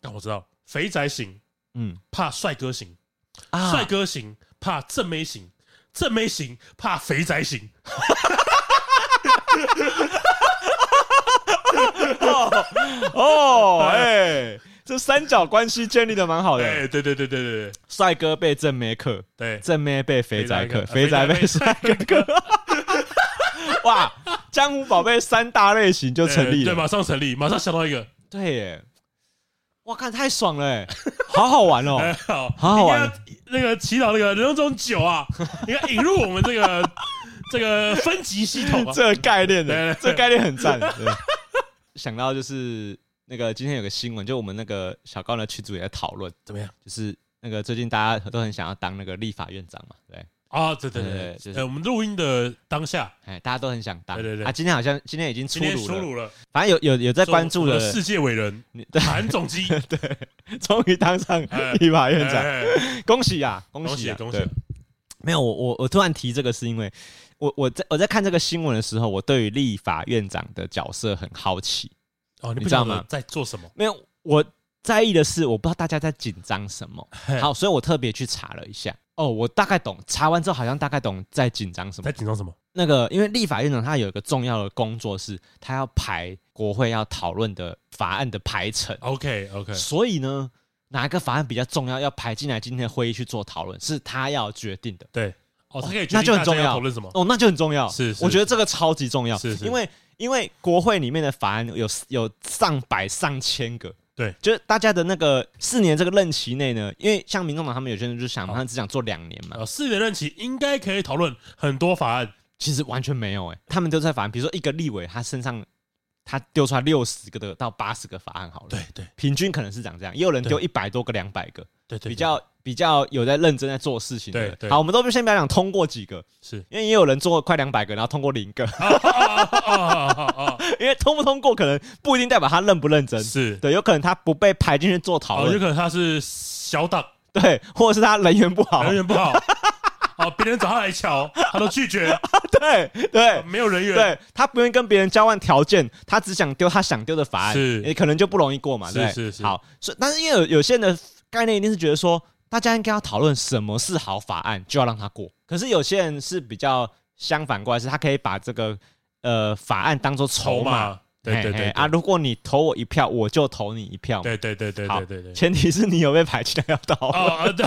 S1: 但我知道，肥宅型
S2: 嗯
S1: 怕帅哥型，
S2: 啊
S1: 帅哥型怕正妹型，正妹型怕肥宅型，
S2: 哦，哎，这三角关系建立的蛮好的，
S1: 哎，对对对对对对
S2: 帅哥被正妹克，
S1: 对。
S2: 正妹被肥宅克，
S1: 肥
S2: 肥
S1: 宅
S2: 宅
S1: 克
S2: 被帅哥
S1: <laughs>
S2: 克。哇，江湖宝贝三大类型就成立
S1: 哎对，
S2: 了，
S1: 马上成立，马上想到一个，
S2: 对耶！哇，看太爽了耶， <laughs> 好好玩哦
S1: 哎， <laughs> 好，
S2: 好好玩
S1: 应该那个祈祷那个人中酒
S2: <laughs>
S1: 啊，应该引入我们这个 <laughs> 这个分级系统啊。
S2: <laughs> 这个概念
S1: 对
S2: 的，
S1: 对
S2: 这个概念很赞。对想到就是那个今天有个新闻，就我们那个小高的群组也在讨论，
S1: 怎么样？
S2: 就是那个最近大家都很想要当那个立法院长嘛，对不对，
S1: 啊，对对
S2: 对
S1: 对
S2: 哎对就
S1: 对，
S2: 是
S1: 呃，我们录音的当下，
S2: 哎，大家都很想当。
S1: 对对对
S2: 啊，今天好像今天已经出
S1: 今天
S2: 炉
S1: 出
S2: 了，
S1: 炉了，
S2: 反正有有有在关
S1: 我
S2: 注
S1: 们
S2: 的
S1: 的，世界伟人
S2: 你 <laughs> 对
S1: 韩总机
S2: 终于当上
S1: 哎
S2: 立法院长，
S1: 哎
S2: 恭喜呀，恭
S1: 恭
S2: 喜
S1: 喜
S2: 呀，
S1: 恭喜啊
S2: 对！没有，我我我突然提这个是因为我我在我在看这个新闻的时候，我对于立法院长的角色很好奇。
S1: 哦，你
S2: 你
S1: 不
S2: 知道
S1: 晓得
S2: 吗
S1: 在做什么？
S2: 没有，我在意的是我不知道大家在紧张什么。好，所以我特别去查了一下。哦，我大概懂，查完之后好像大概懂在紧张什么
S1: 在。紧张什么？
S2: 那个，因为立法院长他有一个重要的工作是，他要排国会要讨论的法案的排程。
S1: OK OK，
S2: 所以呢，哪个法案比较重要，要排进来今天的会议去做讨论，是他要决定的。
S1: 对，哦，他可以决
S2: 那就
S1: 定大
S2: 很
S1: 家
S2: 重要
S1: 讨论什么？
S2: 哦，那就很重要。
S1: 是是
S2: 我觉得这个超级重要，
S1: 是是
S2: 因为因为国会里面的法案有有上百上千个。
S1: 对
S2: 就是大家的那个四年这个任期内呢，因为像民众党他们有些人就想，
S1: 好
S2: 他们只想做两年嘛，
S1: 呃，四年任期应该可以讨论很多法案，
S2: 其实完全没有哎、他们都在法案，比如说一个立委他身上他丢出来六十个的到八十个法案好了，
S1: 对，对
S2: 平均可能是长这样，也有人丢
S1: 对
S2: 一百多个、两百个，
S1: 对对，
S2: 比较比较有在认真在做事情的。
S1: 对对
S2: 好，我们都先不要讲通过几个， <laughs>
S1: 是
S2: 因为也有人做快两百个，然后通过零个，
S1: 啊啊啊，
S2: 因为通不通过可能不一定代表他认不认真，
S1: 哦是，
S2: <laughs> 对，有可能他不被排进去做讨
S1: 哦，有
S2: 论，
S1: 可能他是小党，
S2: 对，或者是他人缘不 <laughs> 好，
S1: 人缘不好，哦，别人找他来瞧，他都拒
S2: <laughs>
S1: 绝，
S2: 对对。
S1: 没有人缘，
S2: 对他不愿意跟别人交换条件，他只想丢他想丢的法案，
S1: 是
S2: 也可能就不容易过嘛，
S1: 是
S2: 对不对
S1: 是是
S2: 好，所以但是因为有有些人的概念一定是觉得说，大家应该要讨论什么是好法案，就要让它过。可是有些人是比较相反过来，是他可以把这个呃法案当做筹
S1: 筹
S2: 码，
S1: 码，对对
S2: 嘿嘿
S1: 对
S2: 啊，，如果你投我一票，我就投你一票嘛。
S1: 对对对对
S2: 好
S1: 对对对。
S2: 前提是你有被排进来要 <laughs> 讨论。
S1: 哦，啊对，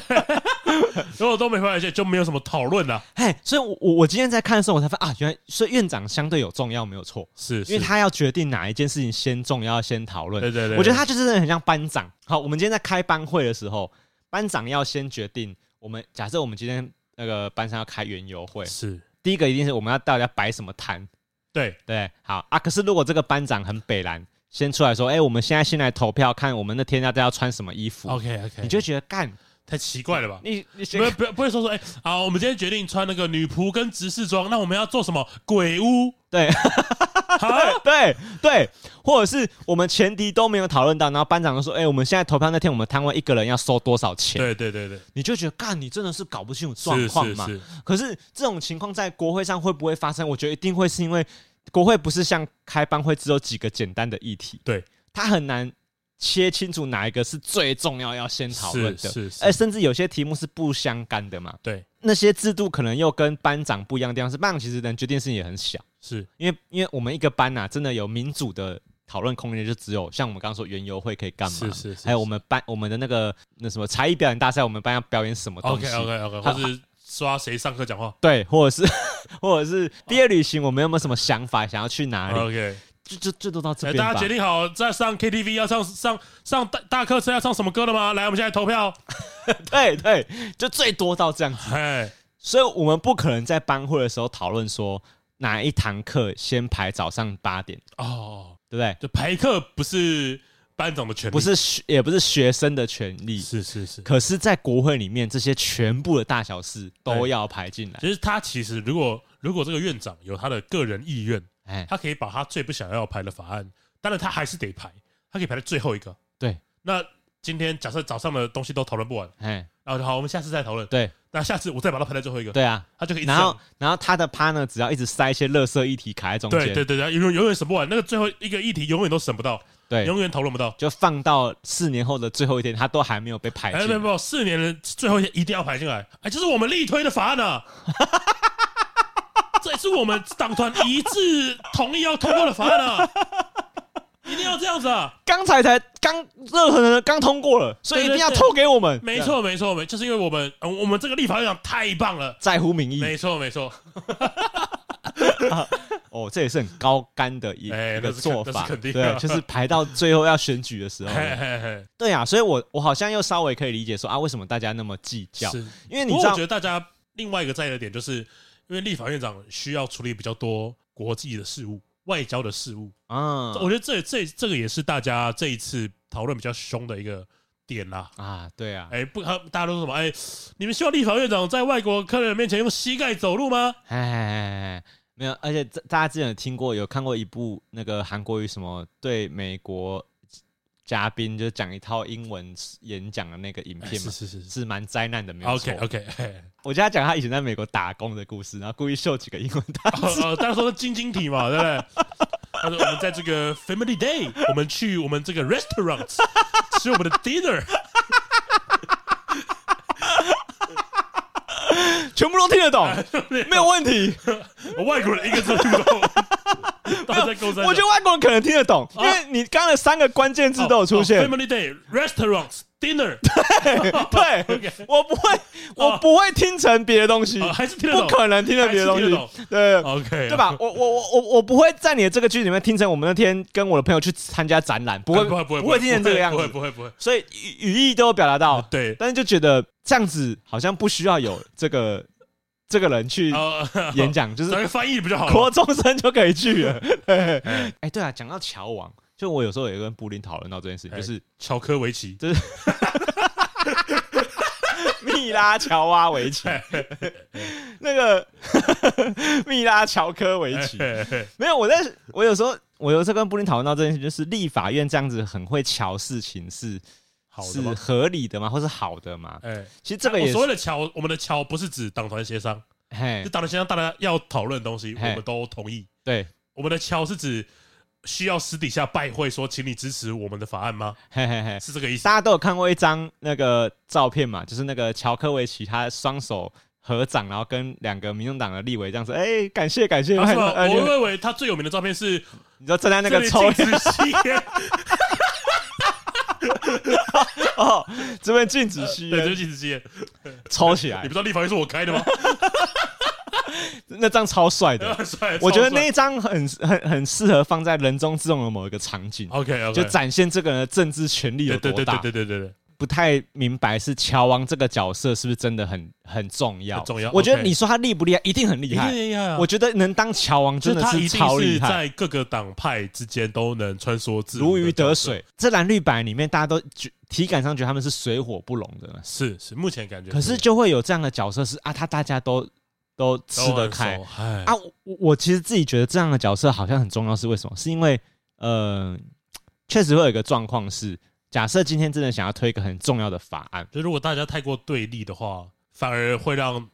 S1: <laughs> 如果都没发现，就没有什么讨论了。
S2: 嘿，所以我我我今天在看的时候，我才发现啊，原来所以院长相对有重要没有错，
S1: 是，
S2: 因
S1: 是
S2: 为他要决定哪一件事情先重要，先讨论。
S1: 对对对，
S2: 我觉得
S1: 对
S2: 他就是真的很像班长。好，我们今天在开班会的时候，班长要先决定我们假设我们今天那个班上要开园游会，
S1: 是
S2: 第一个一定是我们要大家摆什么摊，
S1: 对
S2: 对，好啊。可是如果这个班长很北蓝，先出来说，哎、我们现在先来投票，看我们那天大家要穿什么衣服，
S1: ，OK OK，
S2: 你就觉得干
S1: 太奇怪了吧？
S2: 你
S1: 不
S2: 你先
S1: 不不会说说，哎、好，我们今天决定穿那个女仆跟执事装，那我们要做什么？鬼屋？
S2: 对
S1: <laughs> 好，
S2: 啊对对，或者是我们前提都没有讨论到，然后班长就说，哎、我们现在投票那天我们摊位一个人要收多少钱，
S1: 对对对对，
S2: 你就觉得干你真的是搞不清楚状
S1: 是
S2: 况
S1: 是
S2: 嘛。
S1: 是，
S2: 可是这种情况在国会上会不会发生？我觉得一定会是因为国会不是像开班会只有几个简单的议题，
S1: 对，
S2: 它很难切清楚哪一个是最重要要先讨论
S1: 是
S2: 的。
S1: 是是
S2: 哎，甚至有些题目是不相干的嘛。
S1: 对，
S2: 那些制度可能又跟班长不一样的地方是，班长其实能决定的事情也很小，
S1: 是
S2: 因为因为我们一个班呐、啊真的有民主的讨论空间，就只有像我们刚刚说园游会可以干嘛，
S1: 是是是
S2: 还有我们班我们的那个那什么才艺表演大赛，我们班要表演什么东西
S1: OK OK OK，或是刷谁上课讲话
S2: 对，或者是或者是毕业旅行，我们有没有什么想法，想要去哪里？
S1: ？OK，
S2: 就就最多到这
S1: 哎，
S2: 边
S1: 哦大
S2: 吧。
S1: 家决定好在上 KTV 要唱上上大大客车要唱什么歌了吗？来，我们现在投票。
S2: 对对，就最多到这样子。
S1: 哎，
S2: 所以我们不可能在班会的时候讨论说哪一堂课先排早上八点，
S1: 哦，
S2: 对不对？
S1: 就排课不是班长的权利，
S2: 不是学也不是学生的权利，
S1: 是是是。
S2: 可是，在国会里面，这些全部的大小事都要排进来。
S1: 其实他其实如果如果这个院长有他的个人意愿，
S2: 哎，
S1: 他可以把他最不想要排的法案，当然他还是得排，他可以排在最后一个。
S2: 对，
S1: 那今天假设早上的东西都讨论不完，
S2: 哎，
S1: 然后就好，我们下次再讨论。
S2: 对
S1: 那下次我再把它排在最后一个，
S2: 对啊。
S1: 他就可以一直
S2: 然
S1: 这
S2: 后
S1: 样。，
S2: 然后他的 partner 只要一直塞一些垃圾议题卡在中
S1: 对
S2: 间，
S1: 对对对，永远永远审不完，那个最后一个议题永远都审不到，
S2: 对
S1: 永远讨论不到。
S2: 就放到四年后的最后一天，他都还没有被排
S1: 哎，
S2: 进
S1: 没有没
S2: 来。
S1: 有，四年的最后一天一定要排进来。哎，这是我们力推的法案
S2: <laughs>
S1: 啊，这也是我们党团一致同意要通过的法案啊，一定要这样子啊。
S2: 刚才才刚热腾腾的刚通过了，所以一定要透给我们。
S1: 没，错，没错，没，就是因为我们，呃我们这个立法院长太棒了。
S2: 在乎民意
S1: 没错，没错，
S2: 哦，这也是很高干的一
S1: 哎
S2: 一个
S1: 那是肯
S2: 做
S1: 那
S2: 法
S1: 是，肯定的哎
S2: 对，就是排到最后要选举的时候。
S1: 嘿嘿嘿，
S2: 对啊，所以我我好像又稍微可以理解说啊，为什么大家那么计较？
S1: 是。
S2: 因为
S1: 不
S2: 你
S1: 过
S2: 知
S1: 我
S2: 道
S1: 觉，得大家另外一个在意的点，就是因为立法院长需要处理比较多国际的事务、外交的事务。
S2: 嗯，
S1: 我觉得这这这个也是大家这一次讨论比较凶的一个点啦。
S2: 啊，对啊，
S1: 哎，不，大家都说什么？哎，你们希望立法院长在外国客人面前用膝盖走路吗？
S2: 哎，没有，而且这大家之前有听过、有看过一部那个韩国语什么对美国嘉宾就讲一套英文演讲的那个影
S1: 哎
S2: 片
S1: 是
S2: 嘛，
S1: 是是是
S2: 是蛮灾难的，没有错。
S1: ，OK OK，哎，
S2: 我就他讲他以前在美国打工的故事，然后故意秀几个英文单词。
S1: 哦，哦大家说晶晶体嘛，对 <laughs> 不对？他说我们在这个 Family Day，我们去我们这个 restaurant <laughs> 吃我们的 dinner，
S2: 全部都听得懂， <laughs> 没有问
S1: <laughs>
S2: 题。
S1: 我外国人一个字都
S2: <laughs>
S1: 听不懂，到底在勾三小？
S2: 我觉得外国人可能听得懂，因
S1: 啊
S2: 为你刚刚的三个关键字都有出
S1: 哦哦哦
S2: 现。
S1: Family Day restaurants dinner，
S2: <laughs>
S1: <laughs>
S2: 对，我不会，我不会听成别的东西
S1: 哦哦，还是听得
S2: 不
S1: 懂，
S2: 可能听成别的东
S1: 还是听得懂
S2: 西。对
S1: OK，啊
S2: 对吧？？我我我我我不会在你的这个剧里面听成我们那天跟我的朋友去参加展览，不
S1: 不
S2: 会
S1: 不会不会
S2: 不会听成这个样
S1: 不会
S2: 子，
S1: 不会不会，
S2: 所以语语义都有表达到， <laughs>
S1: 对，
S2: 但是就觉得这样子好像不需要有这个这个人去 <laughs>
S1: 哦， <laughs>
S2: 演讲，就是
S1: 找个翻译不就好
S2: 国
S1: 了？
S2: 中生就可以
S1: <laughs>
S2: 去了。对哎，对啊，讲到乔王，就我有时候也跟布林讨论到这件事情，
S1: 哎
S2: 就是
S1: 乔科维
S2: <laughs>
S1: 奇，
S2: 密拉乔娃围棋，
S1: 哎
S2: <laughs> 那个 <laughs> 密拉乔科维奇。
S1: 嘿嘿
S2: 没有，我在我有时候我有时候跟布林讨论到这件事，就是立法院这样子很会瞧事情是
S1: 好的
S2: 是
S1: 吗？
S2: 合理的吗，或是好的吗？
S1: 哎，
S2: 其实这个
S1: 我
S2: 也
S1: 所谓
S2: 是，
S1: 的桥，我们的桥不是指党团协商，
S2: 嘿
S1: 是，党团协商大家要讨论的东西，我
S2: 嘿
S1: 们都同意。
S2: 对，
S1: 我们的桥是指需要私底下拜会说，请你支持我们的法案吗？
S2: 嘿嘿嘿，
S1: 是这个意思？
S2: 大家都有看过一张那个照片嘛，就是那个乔科维奇他双手合掌，然后跟两个民众党的立委这样子，哎、感谢感谢，
S1: 啊是吗？
S2: <laughs> 哎
S1: 我认为他最有名的照片是
S2: 你知道站在那个抽 <laughs>
S1: 禁止吸烟，
S2: 哦，这边禁止
S1: <laughs>
S2: 吸
S1: 对，就是
S2: 烟，
S1: 禁止吸烟。
S2: 抽起
S1: 你
S2: 来
S1: <laughs> 不，知道立法院是我开的吗？
S2: 那张超
S1: <laughs>
S2: 帅的。
S1: 帅
S2: 我觉得那
S1: 超帅
S2: 一张很很很适合放在人中之龙的某一个场景，
S1: OK OK，
S2: 就展现这个人的政治权力有
S1: 对对对对
S2: 多大
S1: 对。对对对，
S2: 不太明白是乔王这个角色是不是真的很很重要？
S1: 很重要
S2: 我觉得
S1: OK
S2: 你说他厉不厉害，一定很厉害。
S1: 厉害啊
S2: 我觉得能当乔王真
S1: 就
S2: 的
S1: 他一定
S2: 超
S1: 是
S2: 厉害，
S1: 在各个党派之间都能穿梭自
S2: 如
S1: 的
S2: 鱼得
S1: 角色，
S2: 水。这蓝绿白里面，大家都觉体感上觉得他们是水火不容的，
S1: 是是，目前感觉
S2: 可是就会有这样的角色是啊，他大家都都
S1: 都
S2: 吃得
S1: 很
S2: 开
S1: 熟，哎
S2: 啊，我我我其实自己觉得这样的角色好像很重要，是为什么？是因为呃，确实会有一个状况是，假设今天真的想要推一个很重要的法案，
S1: 就如果大家太过对立的话，反而会让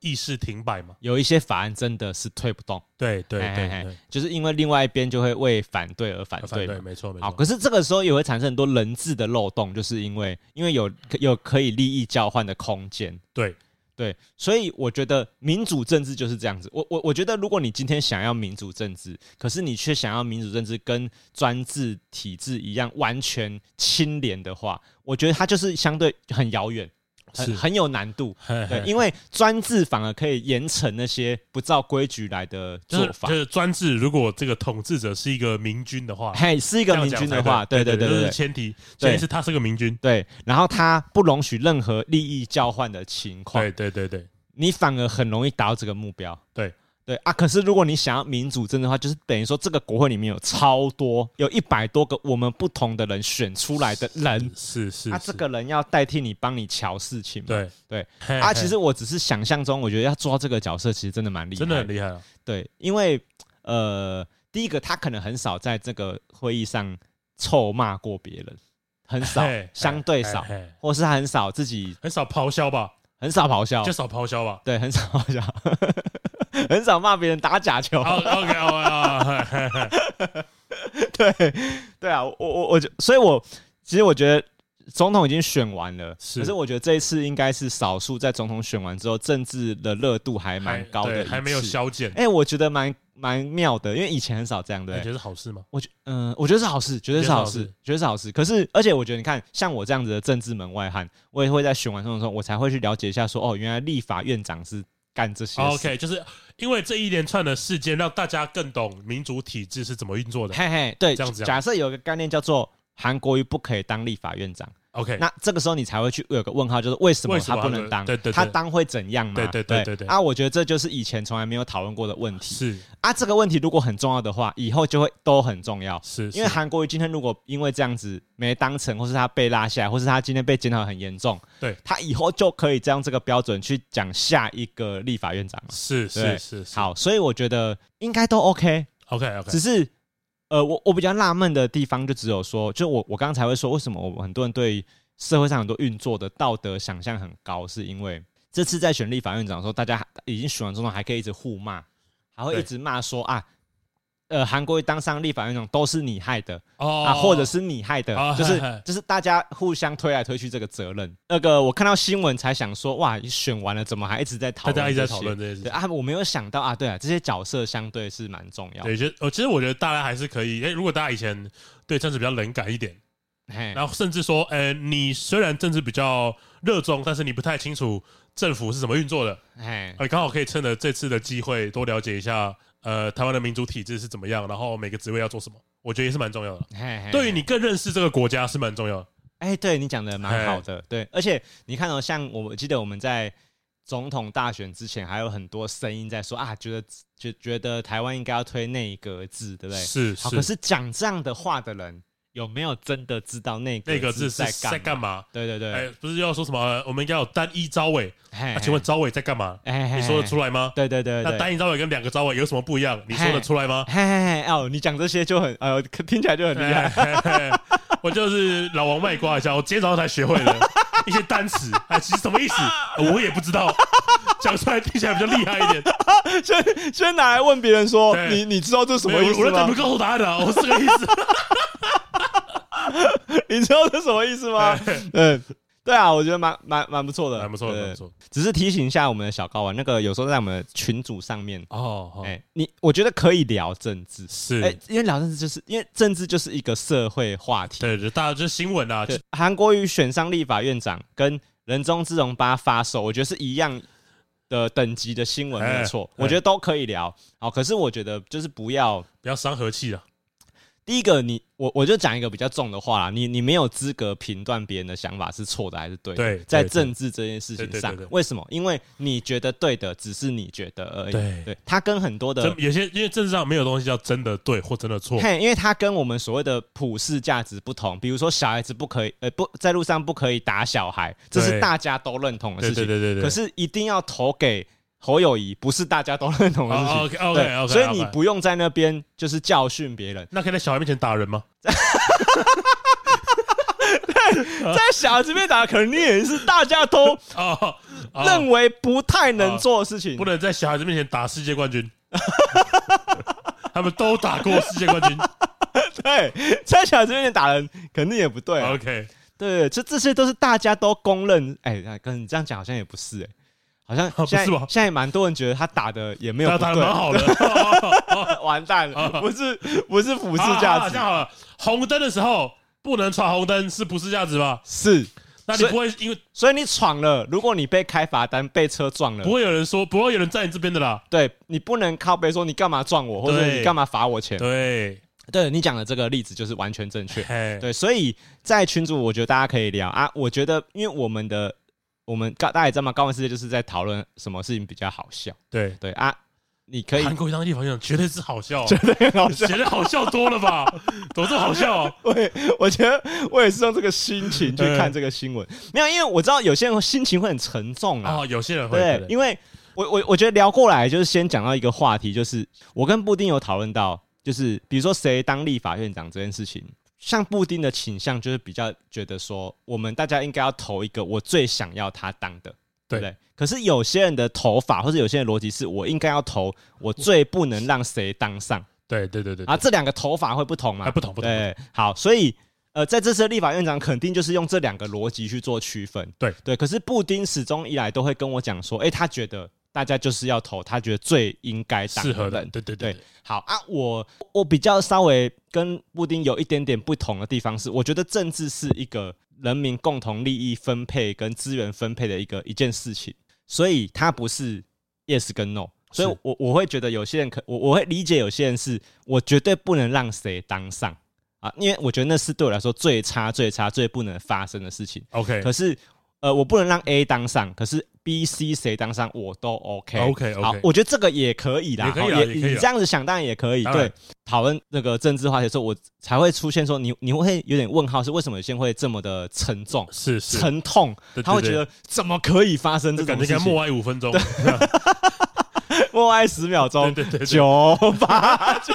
S1: 意识停摆嘛。
S2: 有一些法案真的是推不动，
S1: 对对
S2: 哎
S1: 对
S2: 哎哎
S1: 对，
S2: 就是因为另外一边就会为反对而啊反
S1: 反
S2: 对嘛。
S1: 对，没错没
S2: 好，
S1: 错。
S2: 可是这个时候也会产生很多人质的漏洞，就是因为因为有有可以利益交换的空间，
S1: 对
S2: 对，所以我觉得民主政治就是这样子。我我我觉得，如果你今天想要民主政治，可是你却想要民主政治跟专制体制一样完全清廉的话，我觉得它就是相对很遥远，
S1: 是
S2: 很很有难
S1: <laughs>
S2: 度。
S1: 嘿
S2: 对，
S1: 嘿
S2: 因为专制反而可以严惩那些不照规矩来的
S1: 就是
S2: 做法
S1: 就。是专制，如果这个统治者是一个明君的话，
S2: 嘿，是一
S1: 这
S2: 个
S1: 样
S2: 明
S1: 讲
S2: 君
S1: 才
S2: 的话，对
S1: 对
S2: 对对
S1: 这
S2: 对
S1: 是
S2: 对
S1: 前提，前提是他是个明君。
S2: 对，然后他不容许任何利益交换的情况
S1: 对，对对对，
S2: 你反而很容易达到这个目标。
S1: 对
S2: 对啊，可是如果你想要民主政治的话，就是等于说这个国会里面有超多，有一百多个我们不同的人选出来的人，
S1: 是是
S2: 啊，
S1: 是
S2: 这个人要代替你帮你瞧事情嘛。
S1: 对
S2: 对
S1: 嘿
S2: 啊，
S1: 嘿
S2: 其实我只是想象中，我觉得要做到这个角色，其实真的蛮厉害，
S1: 真的很厉害啊。
S2: 对，因为呃，第一个他可能很少在这个会议上臭骂过别人，很少
S1: 嘿，
S2: 相对少
S1: 嘿，嘿
S2: 或是他很少自己
S1: 很少咆哮吧，
S2: 很少咆哮
S1: 就，少咆哮吧。
S2: 对，很少咆哮， <laughs> 很少骂别人打假球。
S1: 好，OK，好啊，嘿嘿嘿
S2: 对对啊，我我我就，所以我其实我觉得总统已经选完了，
S1: 是
S2: 可是我觉得这一次应该是少数在总统选完之后，政治的热度还蛮高
S1: 对
S2: 的，
S1: 还没有。消减，
S2: 哎、我觉得蛮蛮妙的，因为以前很少这样，对
S1: 你
S2: 不
S1: 觉
S2: 对。
S1: 得是好事吗？
S2: 我觉嗯、我觉得是好事，绝对是好事，绝对是好事。可是，而且我觉得，你看，像我这样子的政治门外汉，我也会在选完总统之后，我才会去了解一下说哦，原来立法院长是干这些事。
S1: 哦 OK，就是因为这一连串的事件，让大家更懂民主体制是怎么运作的。
S2: 嘿嘿，对，
S1: 这样子啊
S2: 假设有一个概念叫做韩国瑜不可以当立法院长，
S1: OK，
S2: 那这个时候你才会去有个问号，就是为什么
S1: 为什
S2: 他
S1: 么
S2: 不
S1: 他
S2: 能
S1: 能
S2: 当？
S1: 对对对
S2: 他当会怎样嘛？
S1: 对对对对对
S2: 啊，我觉得这就是以前从来没有讨论过的问题
S1: 是
S2: 啊。这个问题如果很重要的话，以后就会都很重要。
S1: 是，
S2: 因
S1: 是
S2: 为韩国瑜今天如果因为这样子没当成，或是他被拉下来，或是他今天被检讨很严重，
S1: 对
S2: 他以后就可以再用这个标准去讲下一个立法院长了。
S1: 是是
S2: 对
S1: 是是
S2: 好，所以我觉得应该都 OK，
S1: OK OK，
S2: 只是呃，我我比较纳闷的地方就只有说，就我我刚才会说，为什么我们很多人对社会上很多运作的道德想象很高，是因为这次在选立法院长的时候，大家还已经选完总统，还可以一直互骂，还会
S1: 对
S2: 一直骂说啊。呃，韩国瑜当上立法院长都是你害的，
S1: 哦
S2: 啊，或者是你害的，
S1: 哦
S2: 就
S1: 嘿
S2: 是
S1: 嘿
S2: 就是大家互相推来推去这个责任。那个我看到新闻才想说，哇，选完了怎么还一直在讨
S1: 大
S2: 论？
S1: 家一直在讨论。这件事
S2: 对
S1: 情。
S2: 啊，我没有想到啊，对啊，这些角色相对啊是蛮重要的。
S1: 对，就我其实我觉得大家还是可以，哎，如果大家以前对政治比较冷感一点，
S2: 嘿，
S1: 然后甚至说，呃，你虽然政治比较热衷，但是你不太清楚政府是怎么运作的，
S2: 嘿，
S1: 呃，刚好可以趁着这次的机会多了解一下，呃，台湾的民主体制是怎么样，然后每个职位要做什么，我觉得也是蛮重要的。
S2: 嘿嘿
S1: 对于你，更认识这个国家是蛮重要的。
S2: 哎，对你讲的蛮好的，对，而且你看哦，像我我记得我们在总统大选之前，还有很多声音在说啊，觉得觉觉得台湾应该要推内阁制，对不对？
S1: 是
S2: 好，可
S1: 是，
S2: 是讲这样的话的人，有没有真的知道内
S1: 那个字
S2: 制
S1: 是在
S2: 在
S1: 干？嘛？
S2: 对对对，
S1: 哎，不是要说什么？呃我们应该有单一招委
S2: 嘿
S1: 啊？请问，招委在干嘛？
S2: 哎
S1: 你说得出？来吗？
S2: 对对对，
S1: 那单一招委跟两个招委有什么不一样？你说得出来吗？
S2: 嘿嘿嘿哦，你讲这些就很呃，可听起来就很厉害。
S1: 哎我就是老王卖瓜一下，我今天早上才学会了 <laughs> 一些单词，哎，其实什么意
S2: <laughs>
S1: 思，我也不知道，讲出来听起来比较厉害一点。
S2: 先先拿来问别人说，
S1: 对
S2: 你你知道这什么
S1: 没
S2: 意
S1: 有我
S2: 思啊
S1: 我在等
S2: 吗
S1: 你？告诉我答案的啊，我是这个意思。
S2: 你知道这什么意思吗？嗯，对啊，我觉得蛮蛮蛮不错的，
S1: 哎蛮不错的，
S2: 对
S1: 蛮不。错的。
S2: 只是提醒一下我们的小高啊，那个有时候在我们的群组上面，
S1: 哦，好
S2: 哎，你我觉得可以聊政治，
S1: 是，
S2: 哎，因为聊政治就是因为政治就是一个社会话题。
S1: 对，就大家就是新闻啊，就
S2: 对，韩国瑜选上立法院长，跟人中之龙八发售，我觉得是一样的等级的新闻，
S1: 哎
S2: 没有错，
S1: 哎
S2: 我觉得都可以聊。好，可是我觉得就是不要
S1: 不要伤和气啊。
S2: 第一个你，我我就讲一个比较重的话啦，你你没有资格评断别人的想法是错的还是对的。
S1: 对
S2: 在
S1: 对
S2: 政治这件事情
S1: 对对
S2: 上
S1: 对对，
S2: 为什么？因为你觉得对的，只是你觉得而已。
S1: 对
S2: 对，它跟很多的
S1: 真有些因为政治上没有东西叫真的对或真的错，
S2: 嘿，因为它跟我们所谓的普世价值不同，比如说小孩子不可以，呃，不在路上不可以打小孩，这
S1: 对
S2: 是大家都认同的
S1: 对
S2: 事情。
S1: 对对对对。
S2: 可是一定要投给侯友谊，不是大家都认同的事情。
S1: ，OK
S2: 对
S1: OK OK，
S2: 所以你不用在那边就是教训别
S1: <laughs>
S2: 人，
S1: 那可以在小孩面前打人吗？
S2: 在小孩子面打，肯定也是大家都
S1: 哦，哦
S2: 认为不太能做的事情
S1: 不。能在小孩子面前打世界冠军。他们都打过世界冠军。
S2: 对，在小孩子面前打人，肯定也不对啊。
S1: OK，
S2: 对，这这些都是大家都公认。哎、跟你这样讲好像也不是哎、好像
S1: 啊不是
S2: 现在
S1: 吗
S2: 现在蛮多人觉得他打的也没有
S1: 大家
S2: 不
S1: 打的蛮
S2: 对，
S1: 好的。哦
S2: <laughs> 完蛋了，
S1: 啊
S2: 不是不是普世
S1: 好
S2: 价
S1: 好这
S2: 值
S1: 样，好了，红灯的时候不能闯红灯，是不是价值吧？
S2: 是，
S1: 那你
S2: 所以
S1: 不会因为
S2: 所以你闯了，如果你被开罚单、被车撞了
S1: 不，会有人说不会有人站你这边的啦。
S2: 对你不能靠背说你干嘛撞我，或者
S1: 对
S2: 你干嘛罚我钱。
S1: 对，
S2: 对你讲的这个例子就是完全正确。
S1: 嘿，
S2: 对，所以在群组，我觉得大家可以聊啊。我觉得，因为我们的我们高大家也知道嘛，高玩世界就是在讨论什么事情比较好笑。
S1: 对，
S2: 对啊，你可以
S1: 韩国瑜当地方院长绝对是好
S2: <laughs>
S1: 笑，绝对
S2: 很好笑。
S1: 绝对好笑多了
S2: <laughs>
S1: 吧？怎么这么好笑啊？
S2: 我也我觉得我也是用这个心情去看这个新闻，没有，因为我知道有些人心情会很沉重啊。
S1: 哦，有些人会
S2: 对，因为我我我觉得聊过来就是先讲到一个话题，就是我跟布丁有讨论到，就是比如说谁当立法院长这件事情，像布丁的倾向就是比较觉得说，我们大家应该要投一个我最想要他当的，
S1: 对
S2: 对不对？可是有些人的投法或者有些人的逻辑是我应该要投我最不能让谁当上
S1: 对对对对
S2: 啊，这两个投法会不同
S1: 啊，
S2: 吗？
S1: 不同不同，
S2: 对，好，所以呃，在这次的立法院长肯定就是用这两个逻辑去做区分。
S1: 对
S2: 对，可是布丁始终以来都会跟我讲说，哎、他觉得大家就是要投他觉得最应该当
S1: 适合的，
S2: 人。
S1: 对对
S2: 对
S1: 对，，
S2: 好啊，我我比较稍微跟布丁有一点点不同的地方是，我觉得政治是一个人民共同利益分配跟资源分配的一个一件事情，所以它不是 yes 跟 no，所以
S1: 是
S2: 我我会觉得有些人可我我会理解有些人是我绝对不能让谁当上，啊，因为我觉得那是对我来说最差、最差、最不能发生的事情。
S1: OK
S2: 可是呃，我不能让 A 当上，可是 B、C 谁当上我都 OK。
S1: OK
S2: 好
S1: OK，，
S2: 我觉得这个也可以啦，
S1: 也可以
S2: 好
S1: 啦也可以
S2: 你
S1: 啦
S2: 这样子想当然也可以。
S1: 当然
S2: 对，讨论那个政治话题的时候，我才会出现说你你会有点问号，是为什么有些人会这么的沉重、
S1: 是是，
S2: 沉痛
S1: 对对，
S2: 他会觉
S1: 对
S2: 得怎么可以发生这
S1: 这感
S2: 种
S1: 觉
S2: 事
S1: 应该默
S2: 情？
S1: 哀五分钟，
S2: 默哀十秒钟，
S1: 对对对
S2: 九八九。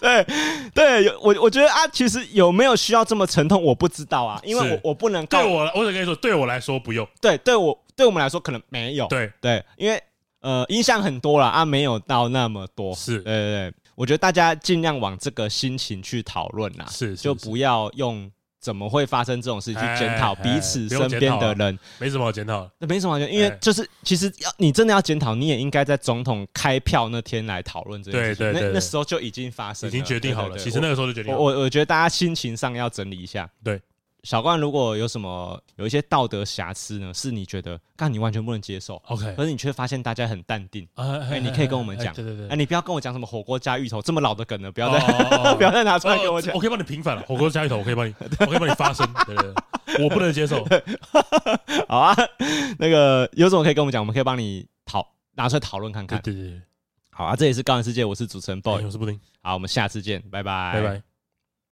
S2: 对对，有我我觉得啊，其实有没有需要这么沉痛，我不知道啊，因为
S1: 是
S2: 我我不能告
S1: 对我来，我只跟你说，对我来说不用。
S2: 对对我对我们来说可能没有
S1: 对，
S2: 对，因为呃音响很多了啊，没有到那么多，
S1: 是
S2: 哦对对对，我觉得大家尽量往这个心情去讨论啦，
S1: 是是
S2: 啊就是不要用怎么会发生这种事情去检讨
S1: 哎哎
S2: 彼此
S1: 不用
S2: 身
S1: 检
S2: 边
S1: 讨
S2: 的
S1: 啊
S2: 人，
S1: 没什么好检讨的。
S2: 那没什么好讲，因为
S1: 哎
S2: 就是其实要你真的要检讨，你也应该在总统开票那天来讨论这件事情，
S1: 对对对
S2: 那
S1: 对
S2: 那时候就已经发生
S1: 已
S2: 了，
S1: 经决定好了，
S2: 对对对
S1: 其实那个时候就决定
S2: 我
S1: 好了。
S2: 我我觉得大家心情上要整理一下。
S1: 对，
S2: 小冠如果有什么有一些道德瑕疵呢，是你觉得干你完全不能接受，
S1: OK，
S2: 可是你却发现大家很淡定。
S1: 哎
S2: 哎，你可以跟我们讲，
S1: 对对对
S2: 哎，，你不要跟我讲什么火锅加芋头这么老的梗了，不
S1: 不
S2: 要再 <laughs> 不要再拿出来
S1: 哦
S2: 跟我讲
S1: 我。可以帮你平反了，火锅加芋头，我可以帮你，我可以帮你发声，对对
S2: <laughs>
S1: 对，我不能接受。
S2: 好啊， <laughs> 那个有什么可以跟我们讲，我们可以帮你讨拿出来讨论看
S1: 对
S2: 看。
S1: 对对，
S2: 好啊，这里是高玩世界，我是主持人 boy，
S1: 我是布丁，
S2: 好，我们下次见，拜拜，
S1: 拜拜。